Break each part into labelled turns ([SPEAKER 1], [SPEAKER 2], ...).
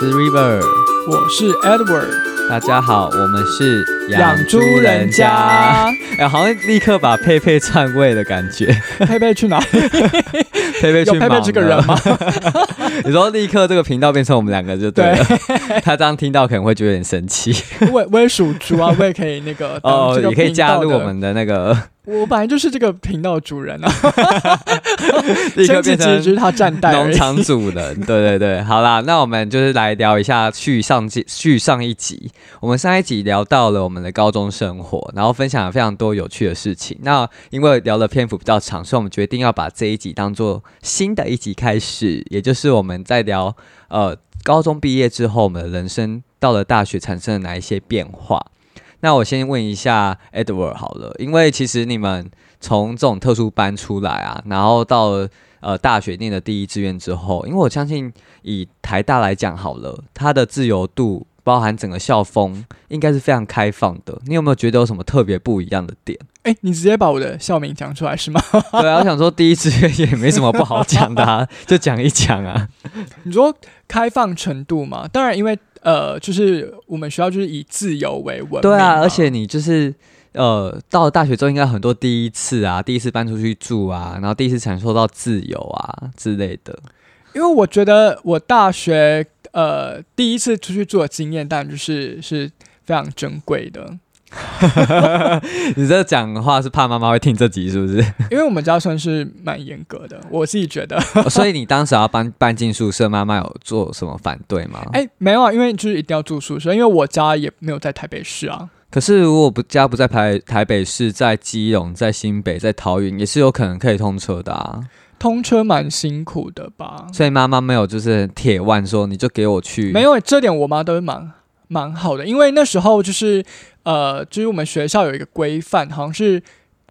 [SPEAKER 1] 是 River，
[SPEAKER 2] 我是 Edward，
[SPEAKER 1] 大家好，我们是
[SPEAKER 2] 养猪人家。
[SPEAKER 1] 哎、好像立刻把佩佩篡位的感 觉。
[SPEAKER 2] 佩佩去哪里？
[SPEAKER 1] 佩佩
[SPEAKER 2] 有
[SPEAKER 1] 去
[SPEAKER 2] 佩
[SPEAKER 1] 忙
[SPEAKER 2] 佩
[SPEAKER 1] 了
[SPEAKER 2] 这个人吗？？
[SPEAKER 1] 你说立刻这个频道变成我们两个就对 了。他这样听到可能会觉得有点生气。
[SPEAKER 2] 我也我也属猪啊，我也可以 那个当
[SPEAKER 1] 哦，
[SPEAKER 2] 这个
[SPEAKER 1] 也可以
[SPEAKER 2] 频
[SPEAKER 1] 加
[SPEAKER 2] 道
[SPEAKER 1] 入
[SPEAKER 2] 的
[SPEAKER 1] 我。们的那个，
[SPEAKER 2] 我本来就是这个频道主人啊，
[SPEAKER 1] 立刻变
[SPEAKER 2] 甚至其实
[SPEAKER 1] 成
[SPEAKER 2] 只是他站代而
[SPEAKER 1] 农
[SPEAKER 2] 已。
[SPEAKER 1] 场主人，对对对，好啦，那我们就是来聊一下去上季去上一集，我们上一集聊到了我们的高中生活，然后分享了非常多有趣的事情。那因为聊的篇幅比较长，所以我们决定要把这一集当做新的一集开始，也就是我们在聊呃高中毕业之后，我们的人生到了大学产生了哪一些变化。那我先问一下 Edward 好了，因为其实你们从这种特殊班出来啊，然后到了呃大学念的第一志愿之后，因为我相信以台大来讲好了，它的自由度包含整个校风应该是非常开放的。你有没有觉得有什么特别不一样的点？
[SPEAKER 2] 哎，你直接把我的校名讲出来是吗？
[SPEAKER 1] 对啊，我想说第一志愿也没什么不好讲的、啊，就讲一讲啊。
[SPEAKER 2] 你说开放程度嘛？当然，因为呃，就是我们学校就是以自由为文明嘛
[SPEAKER 1] 对啊，而且你就是呃，到了大学之后，应该很多第一次啊，第一次搬出去住啊，然后第一次感受到自由啊之类的。
[SPEAKER 2] 因为我觉得我大学呃第一次出去住的经验，当然就是是非常珍贵的，
[SPEAKER 1] 你这讲话是怕妈妈会听这集是不 是？
[SPEAKER 2] 因为我们家算是蛮严格的，我自己觉得。
[SPEAKER 1] 哦所以你当时要搬搬进宿舍，妈妈有做什么反对吗？
[SPEAKER 2] 哎、没有啊，因为就是一定要住宿舍，因为我家也没有在台北市啊。
[SPEAKER 1] 可是如果不家不在台台北市，在基隆、在新北、在桃园，也是有可能可以通车的啊。
[SPEAKER 2] 通车蛮辛苦的吧？
[SPEAKER 1] 所以妈妈没有就是铁腕说你就给我去，
[SPEAKER 2] 没有，这点我妈都是蛮蛮好的，因为那时候就是呃，就是我们学校有一个规范，好像是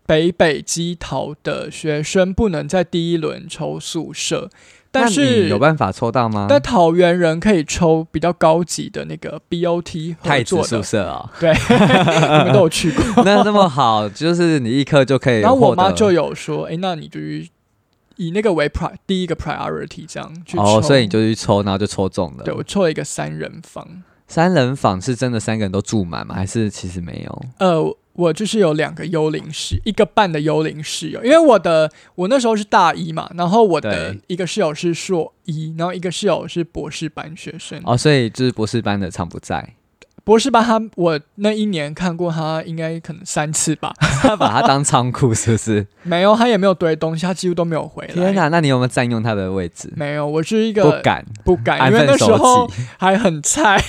[SPEAKER 2] 北北基桃的学生不能在第一轮抽宿舍，
[SPEAKER 1] 那
[SPEAKER 2] 但
[SPEAKER 1] 你
[SPEAKER 2] 是
[SPEAKER 1] 有办法抽到吗？
[SPEAKER 2] 但桃园人可以抽比较高级的那个 BOT 合
[SPEAKER 1] 太子
[SPEAKER 2] 作
[SPEAKER 1] 宿
[SPEAKER 2] 的，
[SPEAKER 1] 舍啊、
[SPEAKER 2] 对， 你们都有去过。
[SPEAKER 1] 那那么好，就是你立刻就可以获得。
[SPEAKER 2] 然后我妈就有说：“哎、那你就是以那个为 pri 第一个 priority 这样去抽。”
[SPEAKER 1] 哦，所以你就去抽，然后就抽中
[SPEAKER 2] 对
[SPEAKER 1] 了。
[SPEAKER 2] 我抽了一个三人房，
[SPEAKER 1] 三人房是真的三个人都住满吗？还是其实没有？
[SPEAKER 2] 呃，我就是有两个幽灵室，一个半的幽灵室友，因为我的我那时候是大一嘛，然后我的
[SPEAKER 1] 对
[SPEAKER 2] 一个室友是硕一，然后一个室友是博士班学生。
[SPEAKER 1] 哦，所以就是博士班的常不在，
[SPEAKER 2] 博士班他我那一年看过他应该可能三次吧，
[SPEAKER 1] 他把它当仓库是不 是？
[SPEAKER 2] 没有，他也没有堆东西，他几乎都没有回来。
[SPEAKER 1] 天哪、那你有没有占用他的位置？
[SPEAKER 2] 没有，我是一个
[SPEAKER 1] 不敢，
[SPEAKER 2] 不敢，
[SPEAKER 1] 安
[SPEAKER 2] 因为
[SPEAKER 1] 分
[SPEAKER 2] 那时
[SPEAKER 1] 守
[SPEAKER 2] 候
[SPEAKER 1] 己。
[SPEAKER 2] 还很菜。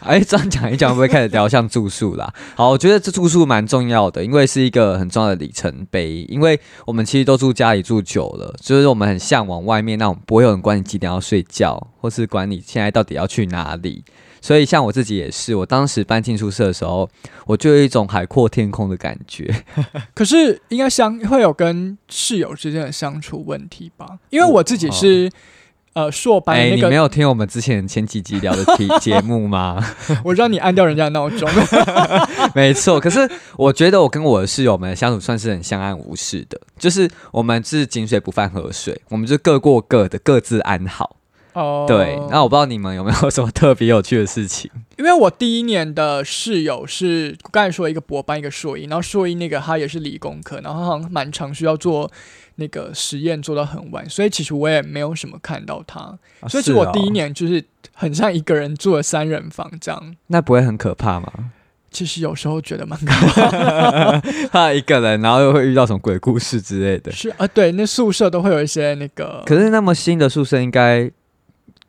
[SPEAKER 1] 哎，这样讲一讲，会不会开始聊像住宿啦？ 好，我觉得这住宿蛮重要的，因为是一个很重要的里程碑。因为我们其实都住家里住久了，就是我们很向往外面那种不会有人管你几点要睡觉，或是管你现在到底要去哪里。所以像我自己也是，我当时搬进宿舍的时候，我就有一种海阔天空的感觉。
[SPEAKER 2] 可是应该相会有跟室友之间的相处问题吧？因为我自己是、呃硕班
[SPEAKER 1] 哎、
[SPEAKER 2] 的那
[SPEAKER 1] 你
[SPEAKER 2] 个，
[SPEAKER 1] 没有听我们之前前几集聊的 题节目吗？
[SPEAKER 2] 我让你按掉人家的闹 钟。
[SPEAKER 1] 没错，可是我觉得我跟我的室友们相处算是很相安无事的，就是我们是井水不犯河水，我们就各过各的，各自安好。
[SPEAKER 2] 哦，
[SPEAKER 1] 对，那我不知道你们有没有什么特别有趣的事情？
[SPEAKER 2] 因为我第一年的室友是我刚才说一个博班一个硕一，然后硕一那个他也是理工科，然后他好像蛮常需要做那个实验做到很晚，所以其实我也没有什么看到他，
[SPEAKER 1] 啊
[SPEAKER 2] 所以
[SPEAKER 1] 哦
[SPEAKER 2] 其实我第一、年就是很像一个人住了三人房这样。
[SPEAKER 1] 啊那不会很可怕吗？
[SPEAKER 2] 其实有时候觉得蛮可怕的，
[SPEAKER 1] 怕一个人，然后又会遇到什么鬼故事之 类的。
[SPEAKER 2] 是啊，对，那宿舍都会有一些那个，
[SPEAKER 1] 可是那么新的宿舍应该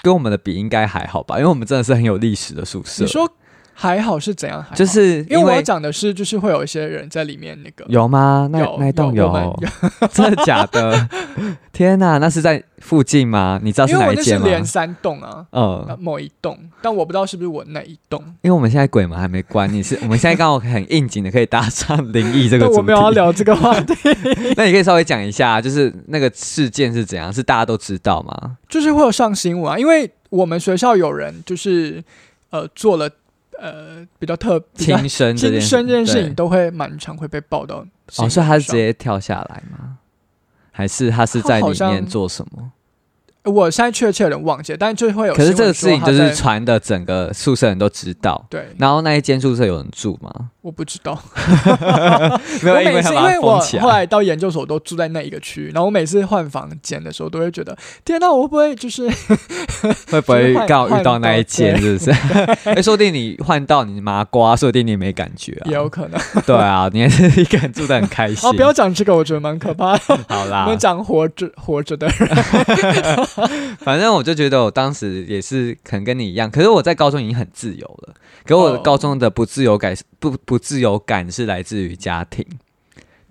[SPEAKER 1] 跟我们的比应该还好吧？因为我们真的是很有历史的宿舍
[SPEAKER 2] 你。说还好是怎样还好？
[SPEAKER 1] 就是
[SPEAKER 2] 因为
[SPEAKER 1] 因
[SPEAKER 2] 我要
[SPEAKER 1] 为
[SPEAKER 2] 讲的是，就是会有一些人在里面那个，
[SPEAKER 1] 有吗？那
[SPEAKER 2] 有
[SPEAKER 1] 那一栋
[SPEAKER 2] 有我们有
[SPEAKER 1] 真的假的？ 天哪，那是在附近吗？你知道是
[SPEAKER 2] 因为
[SPEAKER 1] 哪
[SPEAKER 2] 我
[SPEAKER 1] 一
[SPEAKER 2] 那是
[SPEAKER 1] 间吗？
[SPEAKER 2] 连三栋啊，呃
[SPEAKER 1] 嗯，
[SPEAKER 2] 某一栋，但我不知道是不是我那一栋。
[SPEAKER 1] 因为我们现在鬼门还没关，你是 我们现在刚好很应景的可以搭上灵异这个
[SPEAKER 2] 但
[SPEAKER 1] 主题。
[SPEAKER 2] 我没有要聊这个话题，
[SPEAKER 1] 那你可以稍微讲一下，就是那个事件是怎样？是大家都知道吗？
[SPEAKER 2] 就是会有上新闻啊，因为我们学校有人就是呃做了呃比较特比较
[SPEAKER 1] 亲身这
[SPEAKER 2] 亲
[SPEAKER 1] 件
[SPEAKER 2] 身这件事情
[SPEAKER 1] 对
[SPEAKER 2] 都会蛮常会被报道
[SPEAKER 1] 哦，
[SPEAKER 2] 新闻上。
[SPEAKER 1] 所以他是直接跳下来吗？还是他是在
[SPEAKER 2] 他好
[SPEAKER 1] 里
[SPEAKER 2] 像
[SPEAKER 1] 面做什么？
[SPEAKER 2] 我现在确切有点忘记了，但就会有
[SPEAKER 1] 可
[SPEAKER 2] 新
[SPEAKER 1] 是这
[SPEAKER 2] 闻说他
[SPEAKER 1] 个
[SPEAKER 2] 在。
[SPEAKER 1] 事情就是传的整个宿舍人都知道。
[SPEAKER 2] 对，
[SPEAKER 1] 然后那一间宿舍有人住吗？
[SPEAKER 2] 我不知道。
[SPEAKER 1] 没有，啊
[SPEAKER 2] 我
[SPEAKER 1] 因
[SPEAKER 2] 每
[SPEAKER 1] 为
[SPEAKER 2] 次
[SPEAKER 1] 他
[SPEAKER 2] 因
[SPEAKER 1] 把
[SPEAKER 2] 为
[SPEAKER 1] 它
[SPEAKER 2] 我
[SPEAKER 1] 封起
[SPEAKER 2] 后
[SPEAKER 1] 来。
[SPEAKER 2] 来到研究所都住在那一个区，然后我每次换房间的时候都会觉得，天啊哪，我会不会就是
[SPEAKER 1] 啊会不会
[SPEAKER 2] 就是换
[SPEAKER 1] 刚好遇到那一间？
[SPEAKER 2] 换
[SPEAKER 1] 是不是？哎，说不定你换到你麻瓜，说不定你没感觉
[SPEAKER 2] 也
[SPEAKER 1] 啊。
[SPEAKER 2] 有可能？
[SPEAKER 1] 对啊，你还是一啊个人住的很开心
[SPEAKER 2] 哦，。不要讲这个，我觉得蛮可怕的。
[SPEAKER 1] 好
[SPEAKER 2] 我
[SPEAKER 1] 啦，
[SPEAKER 2] 们讲活着活着的人，
[SPEAKER 1] 反正我就觉得我当时也是可能跟你一样，可是我在高中已经很自由了，可我
[SPEAKER 2] 哦
[SPEAKER 1] 高中的不自由感是不不自由感是来自于家庭。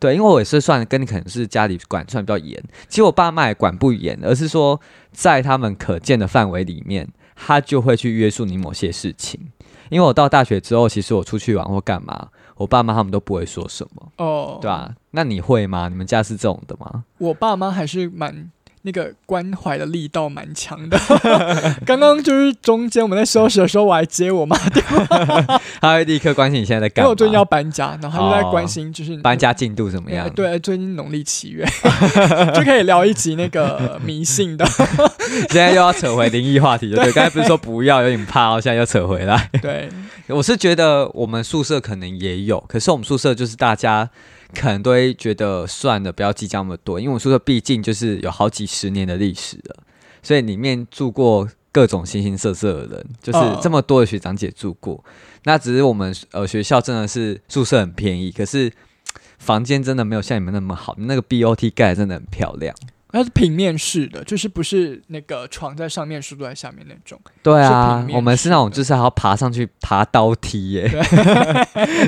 [SPEAKER 1] 对，因为我也是算跟你可能是家里管算比较严，其实我爸妈也管不严，而是说在他们可见的范围里面，他就会去约束你某些事情。因为我到大学之后，其实我出去玩或干嘛，我爸妈他们都不会说什么，
[SPEAKER 2] 哦，
[SPEAKER 1] 对啊吧、那你会吗？你们家是这种的吗？
[SPEAKER 2] 我爸妈还是蛮那个关怀的力道蛮强的。 刚刚就是中间我们在休息的时候，我还接我妈，
[SPEAKER 1] 他会立刻关心你现在在
[SPEAKER 2] 因
[SPEAKER 1] 干
[SPEAKER 2] 为
[SPEAKER 1] 嘛？
[SPEAKER 2] 我最近要搬家，然后她就在
[SPEAKER 1] 哦
[SPEAKER 2] 关心就是
[SPEAKER 1] 搬家进度怎么样？
[SPEAKER 2] 哎对，最近农历七月 就可以聊一集那个迷信 的，
[SPEAKER 1] 现在又要扯回灵异话题了，对，刚才不是说不要，有点怕，哦，现在又扯回来。
[SPEAKER 2] 对，
[SPEAKER 1] 我是觉得我们宿舍可能也有，可是我们宿舍就是大家可能都会觉得算了，不要计较那么多，因为我们宿舍毕竟就是有好几十年的历史了，所以里面住过各种形形色色的人，就是
[SPEAKER 2] 哦
[SPEAKER 1] 这么多的学长姐住过。那只是我们呃学校真的是宿舍很便宜，可是。嘖房间真的没有像你们那么好，那个 BOT 盖得真的很漂亮。
[SPEAKER 2] 它是平面式的，就是不是那个床在上面，书桌在下面那种。
[SPEAKER 1] 对
[SPEAKER 2] 是
[SPEAKER 1] 啊
[SPEAKER 2] 平，面
[SPEAKER 1] 我们是
[SPEAKER 2] 式
[SPEAKER 1] 那种
[SPEAKER 2] 的
[SPEAKER 1] 就是还要爬上去爬刀梯 耶、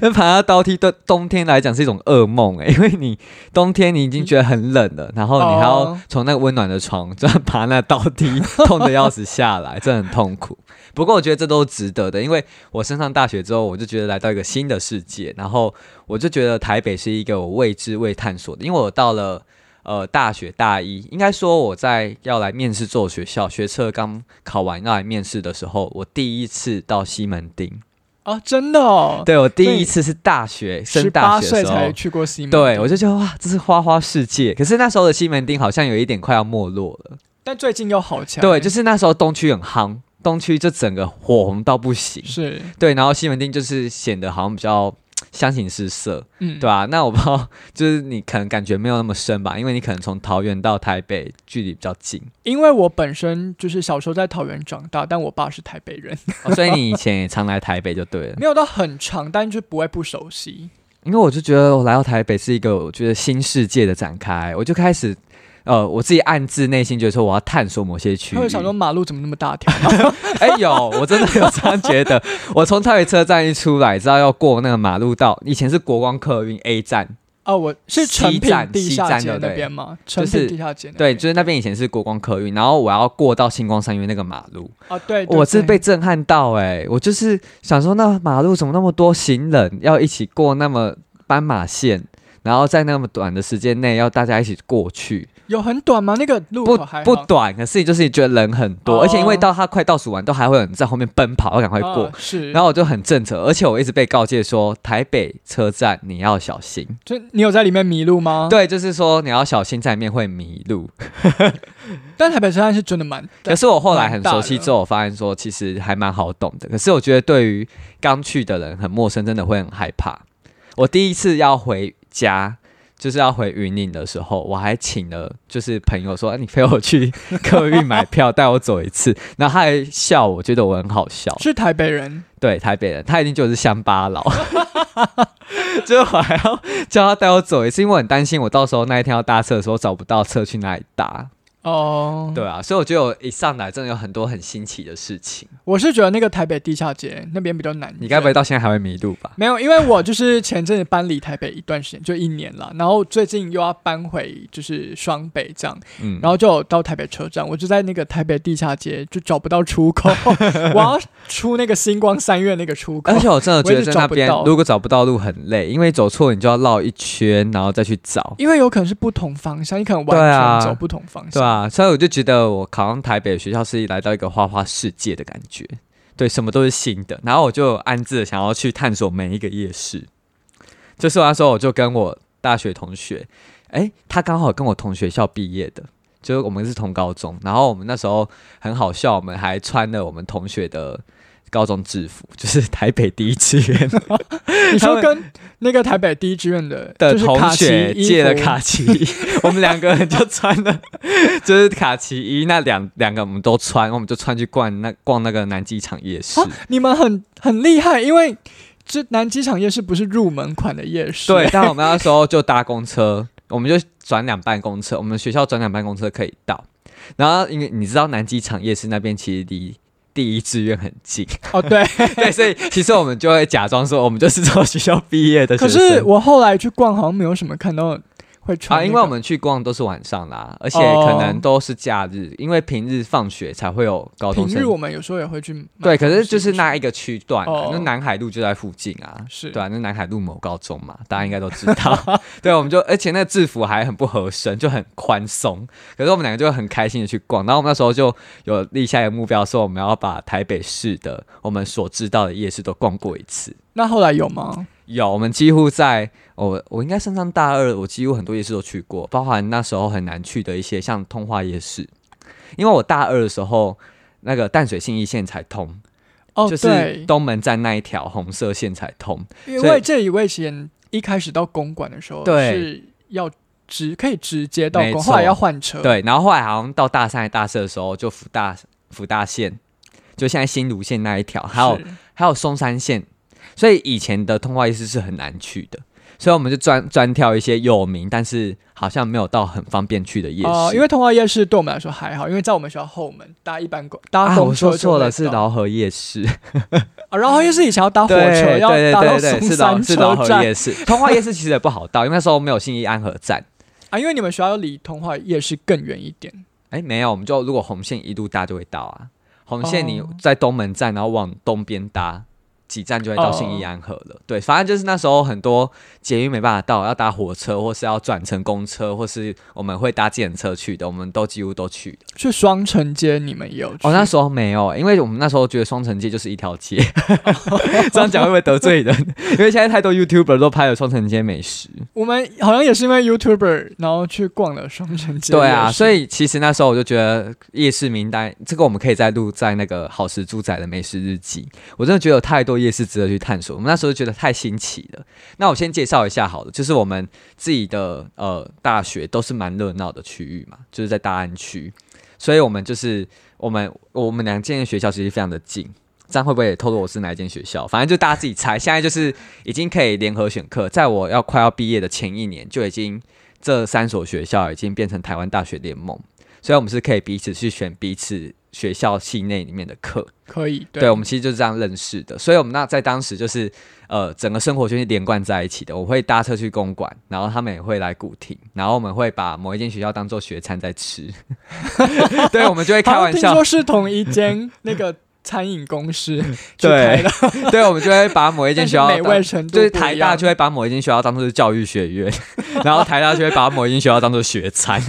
[SPEAKER 1] 那爬到刀梯对冬天来讲是一种噩梦哎、因为你冬天你已经觉得很冷了，然后你还要
[SPEAKER 2] 哦
[SPEAKER 1] 从那个温暖的床这样爬那刀梯，痛得要死下来，真的很痛苦。不过我觉得这都是值得的，因为我升上大学之后，我就觉得来到一个新的世界，然后我就觉得台北是一个我未知未探索的，因为我到了。呃，大学大一，应该说我在要来面试做学校学测刚考完要来面试的时候，我第一次到西门町，
[SPEAKER 2] 啊，真的哦，
[SPEAKER 1] 对我第
[SPEAKER 2] 所以
[SPEAKER 1] 一次是大学升
[SPEAKER 2] 十
[SPEAKER 1] 大
[SPEAKER 2] 八
[SPEAKER 1] 学的
[SPEAKER 2] 岁
[SPEAKER 1] 时候
[SPEAKER 2] 才去过西门，
[SPEAKER 1] 对，我就觉得哇，这是花花世界。可是那时候的西门町好像有一点快要没落了。
[SPEAKER 2] 但最近又好强，
[SPEAKER 1] 对，就是是那时候东区很夯，东区就整个火红到不行。
[SPEAKER 2] 是，
[SPEAKER 1] 对，然后西门町就是显得好像比较相形失色，
[SPEAKER 2] 嗯，
[SPEAKER 1] 对吧、那我不知道，就是你可能感觉没有那么深吧，因为你可能从桃园到台北距离比较近，
[SPEAKER 2] 因为我本身就是小时候在桃园长大，但我爸是台北人，
[SPEAKER 1] 哦所以你以前也常来台北就对 了。
[SPEAKER 2] 没有到很长，但就不会不熟悉。
[SPEAKER 1] 因为我就觉得我来到台北是一个我觉得新世界的展开，我就开始。呃，我自己暗自内心觉得说我要探索某些区域，
[SPEAKER 2] 他会想说马路怎么那么大条？
[SPEAKER 1] 哎、有，我真的有这样觉得。我从台北车站一出来，知道要过那个马路道，以前是国光客运 A 站，
[SPEAKER 2] 哦，我是成
[SPEAKER 1] 西
[SPEAKER 2] 品
[SPEAKER 1] 站
[SPEAKER 2] 地
[SPEAKER 1] 西
[SPEAKER 2] 下
[SPEAKER 1] 站
[SPEAKER 2] 街
[SPEAKER 1] 对不
[SPEAKER 2] 那
[SPEAKER 1] 对
[SPEAKER 2] 边吗？
[SPEAKER 1] 就
[SPEAKER 2] 成
[SPEAKER 1] 是
[SPEAKER 2] 品地下街那
[SPEAKER 1] 对，
[SPEAKER 2] 边
[SPEAKER 1] 就是那边以前是国光客运，然后我要过到星光三月那个马路，
[SPEAKER 2] 啊，对，对
[SPEAKER 1] 我是
[SPEAKER 2] 对
[SPEAKER 1] 被震撼到哎、我就是想说，那马路怎么那么多行人要一起过那么斑马线？然后在那么短的时间内要大家一起过去，
[SPEAKER 2] 有很短吗？那个路
[SPEAKER 1] 不
[SPEAKER 2] 口还
[SPEAKER 1] 不
[SPEAKER 2] 好
[SPEAKER 1] 短，可是就是觉得人很多，而且因为
[SPEAKER 2] 哦
[SPEAKER 1] 到他快倒数完，都还会有人在后面奔跑，要赶快过
[SPEAKER 2] 啊。是，
[SPEAKER 1] 然后我就很正常，而且我一直被告诫说，台北车站你要小心。
[SPEAKER 2] 就你有在里面迷路吗？，
[SPEAKER 1] 对，就是说你要小心，在里面会迷路。
[SPEAKER 2] 但台北车站是真的蛮
[SPEAKER 1] 可是我后来很熟悉
[SPEAKER 2] 蛮大的
[SPEAKER 1] 之后，我发现说其实还蛮好懂的。可是我觉得对于刚去的人很陌生，真的会很害怕。我第一次要回家，就是要回云岭的时候，我还请了就是朋友说，哎你陪我去客运买票，带我走一次。然后他还笑我，觉得我很好笑。
[SPEAKER 2] 是台北人，
[SPEAKER 1] 对，台北人，他一定就是乡巴佬。 最后还要叫他带我走一次，因为我很担心我到时候那一天要搭车的时候找不到车去哪里搭。
[SPEAKER 2] 哦，
[SPEAKER 1] 对啊，所以我觉得我一上来真的有很多很新奇的事情。
[SPEAKER 2] 我是觉得那个台北地下街那边比较难。
[SPEAKER 1] 你该不会？到现在还会迷路吧？
[SPEAKER 2] 没有，因为我就是前阵子搬离台北一段时间，就一年了，然后最近又要搬回就是双北这样，
[SPEAKER 1] 嗯，
[SPEAKER 2] 然后就有到台北车站，我就在那个台北地下街就找不到 出口，我要出那个星光三月那个出口
[SPEAKER 1] 而，且我真的觉
[SPEAKER 2] 我
[SPEAKER 1] 得
[SPEAKER 2] 一直
[SPEAKER 1] 在
[SPEAKER 2] 找
[SPEAKER 1] 那
[SPEAKER 2] 不
[SPEAKER 1] 边
[SPEAKER 2] 到
[SPEAKER 1] 如果找不到路很累，因为走错你就要绕一圈，然后再去找。
[SPEAKER 2] 因为有可能是不同方向，你可能完
[SPEAKER 1] 对啊
[SPEAKER 2] 全走不同方向。
[SPEAKER 1] 对啊，所以我就觉得我考上台北的学校是来到一个花花世界的感觉，对，什么都是新的。然后我就暗自地想要去探索每一个夜市。就是那时候，我就跟我大学同学，诶，他刚好跟我同学校毕业的，就是我们是同高中，然后我们那时候很好笑，我们还穿了我们同学的高中制服，就是台北第一志愿
[SPEAKER 2] 你说跟那个台北第一志愿的
[SPEAKER 1] 的
[SPEAKER 2] 就是
[SPEAKER 1] 同
[SPEAKER 2] 卡其
[SPEAKER 1] 学
[SPEAKER 2] 衣
[SPEAKER 1] 借了
[SPEAKER 2] 服
[SPEAKER 1] 卡其衣， 我们两个人就穿了， 就是卡其衣，那两两个我们都穿，我们就穿去逛那逛那个南机场夜市
[SPEAKER 2] 啊。，你们很很厉害，因为这南机场夜市不是入门款的夜市，
[SPEAKER 1] 对，，但我们那时候就搭公车，我们就转两班公车，我们学校转两班公车可以到。然后因为你知道南机场夜市那边其实离第一志愿很近，
[SPEAKER 2] 哦对。
[SPEAKER 1] 对，所以其实我们就会假装说我们就是从学校毕业的学
[SPEAKER 2] 可
[SPEAKER 1] 生。
[SPEAKER 2] 是我后来去逛，好像没有什么看到会穿、
[SPEAKER 1] 啊，因为我们去逛都是晚上啦，而且可能都是假日，因为平日放学才会有高
[SPEAKER 2] 平
[SPEAKER 1] 中
[SPEAKER 2] 日我
[SPEAKER 1] 生。
[SPEAKER 2] 们有时候也会去买
[SPEAKER 1] 对，可
[SPEAKER 2] 东
[SPEAKER 1] 是
[SPEAKER 2] 西
[SPEAKER 1] 就是
[SPEAKER 2] 吃
[SPEAKER 1] 那一个区段、啊，
[SPEAKER 2] 哦
[SPEAKER 1] 那南海路就在附近啊。
[SPEAKER 2] 是
[SPEAKER 1] 对啊，那南海路某高中嘛，大家应该都知道。 对，我们就而且那个制服还很不合身，就很宽松。可是我们两个就很开心的去逛，然后我们那时候就有立下一个目标，说我们要把台北市的我们所知道的夜市都逛过一次。
[SPEAKER 2] 那后来有吗？
[SPEAKER 1] 有，我们几乎在我我应该升上大二，我几乎很多夜市都去过，包含那时候很难去的一些像通化夜市，因为我大二的时候那个淡水信义线才通，
[SPEAKER 2] 哦，
[SPEAKER 1] 就是
[SPEAKER 2] 对，
[SPEAKER 1] 东门站那一条红色线才通。
[SPEAKER 2] 因
[SPEAKER 1] 所以
[SPEAKER 2] 为这一位前一开始到公馆的时候
[SPEAKER 1] 对
[SPEAKER 2] 是要直可以直接到
[SPEAKER 1] 没
[SPEAKER 2] 公，
[SPEAKER 1] 错
[SPEAKER 2] 后来要换车，，
[SPEAKER 1] 对，然后后来好像到大三还大四的时候，就福大福大线，就现在新芦线那一条，还
[SPEAKER 2] 哦
[SPEAKER 1] 有还有松山线，所以以前的通化夜市是很难去的。所以我们就专专挑一些有名，但是好像没有到很方便去的夜市。
[SPEAKER 2] 哦、因为通化夜市对我们来说还好，因为在我们学校后门搭一般公搭
[SPEAKER 1] 啊，
[SPEAKER 2] 公
[SPEAKER 1] 我
[SPEAKER 2] 车
[SPEAKER 1] 说
[SPEAKER 2] 就
[SPEAKER 1] 错
[SPEAKER 2] 会
[SPEAKER 1] 了，是
[SPEAKER 2] 到
[SPEAKER 1] 饶河夜市，
[SPEAKER 2] 啊，然后又是以前要搭火
[SPEAKER 1] 对
[SPEAKER 2] 车，
[SPEAKER 1] 对
[SPEAKER 2] 要
[SPEAKER 1] 对
[SPEAKER 2] 搭到
[SPEAKER 1] 对对，
[SPEAKER 2] 松
[SPEAKER 1] 是饶
[SPEAKER 2] 山
[SPEAKER 1] 是饶
[SPEAKER 2] 车
[SPEAKER 1] 河
[SPEAKER 2] 站
[SPEAKER 1] 夜市。通化夜市其实也不好到，因为那时候没有信义安和站。
[SPEAKER 2] 啊，因为你们学校离通化夜市更远一点。
[SPEAKER 1] 哎，没有，我们就如果红线一路搭就会到啊。红线你
[SPEAKER 2] 哦
[SPEAKER 1] 在东门站，然后往东边搭。几站就会到信义
[SPEAKER 2] 哦
[SPEAKER 1] 安和了对，反正就是那时候很多捷运没办法到，要搭火车，或是要转乘公车，或是我们会搭计程车去的，我们都几乎都去的。
[SPEAKER 2] 去双城街你们也有去
[SPEAKER 1] 哦，那时候没有，因为我们那时候觉得双城街就是一条街，这样讲会不会得罪人？因为现在太多 YouTuber 都拍了双城街美食。
[SPEAKER 2] 我们好像也是因为 YouTuber 然后去逛了双城街夜市。
[SPEAKER 1] 对啊，所以其实那时候我就觉得夜市名单这个我们可以再录在那个好食猪仔的美食日记。我真的觉得有太多夜市值得去探索。我们那时候就觉得太新奇了。那我先介绍一下好了，就是我们自己的呃大学都是蛮热闹的区域嘛，就是在大安区，所以我们就是我们我们两间学校其实非常的近。这样会不会也透露我是哪一间学校？反正就大家自己猜。现在就是已经可以联合选课，在我要快要毕业的前一年就已经这三所学校已经变成台湾大学联盟，所以我们是可以彼此去选彼此学校系内里面的课。
[SPEAKER 2] 可以对
[SPEAKER 1] 对我们其实就是这样认识的，所以我们那在当时就是呃整个生活圈是连贯在一起的。我会搭车去公馆，然后他们也会来古亭，然后我们会把某一间学校当做学餐在吃。 对，我们就会开
[SPEAKER 2] 好像
[SPEAKER 1] 玩
[SPEAKER 2] 听
[SPEAKER 1] 笑
[SPEAKER 2] 说，是同一间那个餐饮 公司去
[SPEAKER 1] 对
[SPEAKER 2] 开的，
[SPEAKER 1] 对，我们就会把某一间
[SPEAKER 2] 但
[SPEAKER 1] 学
[SPEAKER 2] 是
[SPEAKER 1] 校
[SPEAKER 2] 美
[SPEAKER 1] 当
[SPEAKER 2] 味程度
[SPEAKER 1] 就是
[SPEAKER 2] 不一
[SPEAKER 1] 台大
[SPEAKER 2] 样
[SPEAKER 1] 就会把某一间学校当做是教育学院，然后台大就会把某一间学校当做学餐。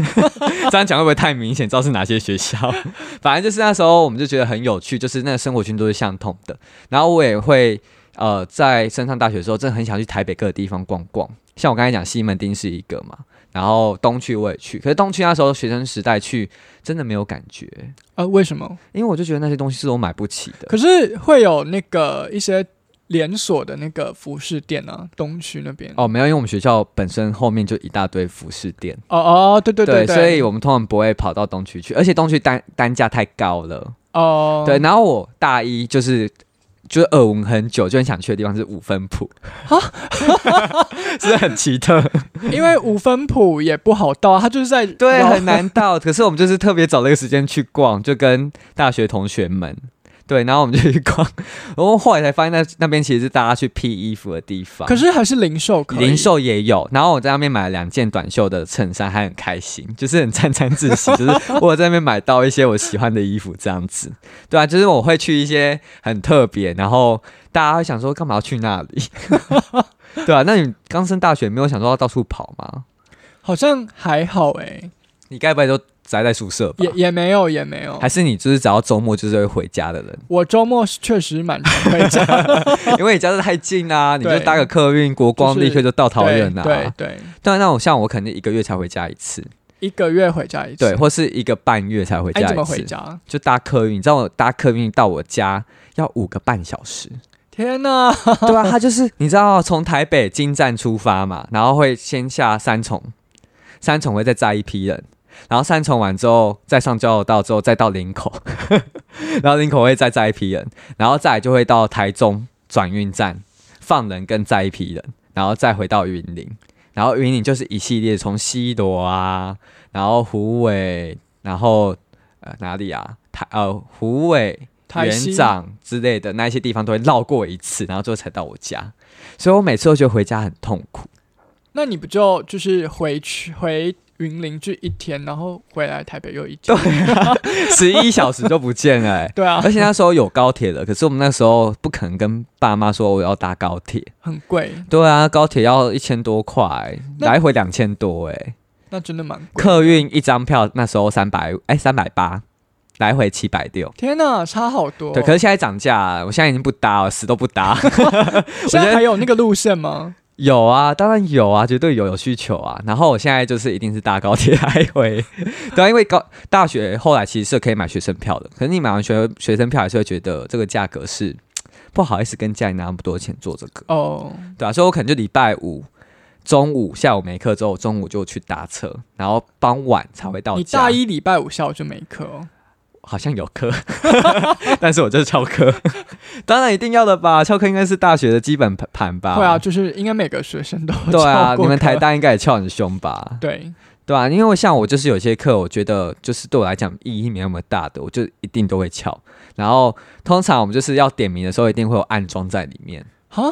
[SPEAKER 1] 这样讲会不会太明显？知道是哪些学校？ 反正就是那时候我们就觉得很有趣，就是那个生活圈都是相同的。然后我也会呃，在升上大学的时候，真的很想去台北各个地方逛逛。像我刚才讲西门町是一个嘛，然后东区我也去，可是东区那时候学生时代去真的没有感觉，
[SPEAKER 2] 啊？为什么？
[SPEAKER 1] 因为我就觉得那些东西是我买不起的。
[SPEAKER 2] 可是会有那个一些连锁的那个服饰店啊，东区那边。
[SPEAKER 1] 哦，没有，因为我们学校本身后面就一大堆服饰店。
[SPEAKER 2] 哦哦，对对
[SPEAKER 1] 对
[SPEAKER 2] 对，
[SPEAKER 1] 所以我们通常不会跑到东区去，而且东区单单价太高了。
[SPEAKER 2] 哦，
[SPEAKER 1] 对， 然后我大一就是就是耳闻很久，就很想去的地方是五分埔， 是不是很奇特，
[SPEAKER 2] 因为五分埔也不好到啊，它就是 在
[SPEAKER 1] 对，
[SPEAKER 2] 然后
[SPEAKER 1] 很难到。可是我们就是特别找了一个时间去逛，就跟大学同学们。对，然后我们就去逛，然后后来才发现那那边其实是大家去批衣服的地方。
[SPEAKER 2] 可是还是零售可以，
[SPEAKER 1] 零售也有，然后我在那边买了两件短袖的衬衫，还很开心，就是很沾沾自 喜，就是我有在那边买到一些我喜欢的衣服这样子，对啊，就是我会去一些很特别，然后大家会想说干嘛要去那 里，对啊，那你刚升大学没有想说要到处跑吗？
[SPEAKER 2] 好像还好哎、
[SPEAKER 1] 你该不会都宅在宿舍吧
[SPEAKER 2] 也？也没有也没有
[SPEAKER 1] 啊还。是你就是只要周末就是会回家 的人，
[SPEAKER 2] 我周末是确实蛮常回家，
[SPEAKER 1] 因为你家是太近啦、你就
[SPEAKER 2] 对
[SPEAKER 1] 搭个客运、国光、
[SPEAKER 2] 就是
[SPEAKER 1] 立刻就到桃园啦、啊
[SPEAKER 2] 对对对，
[SPEAKER 1] 但那我像我可能一个月才回家一次，
[SPEAKER 2] 一个月回家一次。
[SPEAKER 1] 对，，或是一个半月才回
[SPEAKER 2] 哎，
[SPEAKER 1] 家
[SPEAKER 2] 你怎
[SPEAKER 1] 一
[SPEAKER 2] 么回
[SPEAKER 1] 次。
[SPEAKER 2] 家？
[SPEAKER 1] 就搭客运，你知道我搭客运到我家要五个半小时，
[SPEAKER 2] 天哪！
[SPEAKER 1] 对啊，他就是你知道从台北金站出发嘛，然后会先下三重，三重会再载一批人，然后三重完之后再上交流道之后再到林口， 然后林口会再载一批人，然后再来就会到台中转运站放人跟载一批人，然后再回到云林，然后云林就是一系列从西螺啊，然后虎尾，然后呃哪里啊台呃虎尾
[SPEAKER 2] 台
[SPEAKER 1] 园
[SPEAKER 2] 西
[SPEAKER 1] 长之类的那一些地方都会绕过一次，然后最后才到我家，所以我每次都觉得回家很痛苦。
[SPEAKER 2] 那你不就就是回去回云林就一天，然后回来台北又一天？
[SPEAKER 1] 十一小时就不见了、
[SPEAKER 2] 。
[SPEAKER 1] 欸
[SPEAKER 2] 对啊，
[SPEAKER 1] 而且那时候有高铁了，可是我们那时候不可能跟爸妈说我要搭高铁。
[SPEAKER 2] 很贵，
[SPEAKER 1] 对啊，高铁要一千多块、欸
[SPEAKER 2] 那
[SPEAKER 1] 来回两千多哎、
[SPEAKER 2] 那真的蛮贵。
[SPEAKER 1] 客运一张票那时候三百哎三百八，来回七百六。
[SPEAKER 2] 天哪，差好多。
[SPEAKER 1] 对，可是现在涨价，我现在已经不搭了，死都不搭。
[SPEAKER 2] 现
[SPEAKER 1] 我觉
[SPEAKER 2] 在
[SPEAKER 1] 得
[SPEAKER 2] 还有那个路线吗？
[SPEAKER 1] 有啊，当然有啊，绝对有有需求啊。然后我现在就是一定是搭高铁来回， 对啊，因为高大学后来其实是可以买学生票的，可是你买完学学生票还是会觉得这个价格是不好意思跟家里拿那么多钱做这个，
[SPEAKER 2] 哦，
[SPEAKER 1] 对啊，所以我可能就礼拜五中午下午没课之后，中午就去搭车，然后傍晚才会到家。
[SPEAKER 2] 你大一礼拜五下午就没课哦。
[SPEAKER 1] 好像有课， 但是我就是翘课， 当然一定要的吧，翘课应该是大学的基本盘吧？
[SPEAKER 2] 会啊，，就是应该每个学生都
[SPEAKER 1] 对啊，
[SPEAKER 2] 翘过
[SPEAKER 1] 你们台
[SPEAKER 2] 课
[SPEAKER 1] 大应该也翘很凶吧？
[SPEAKER 2] 对，
[SPEAKER 1] 对啊，因为像我就是有些课，我觉得就是对我来讲意义没那么大的，我就一定都会翘。然后通常我们就是要点名的时候，一定会有暗装在里面，
[SPEAKER 2] 哈，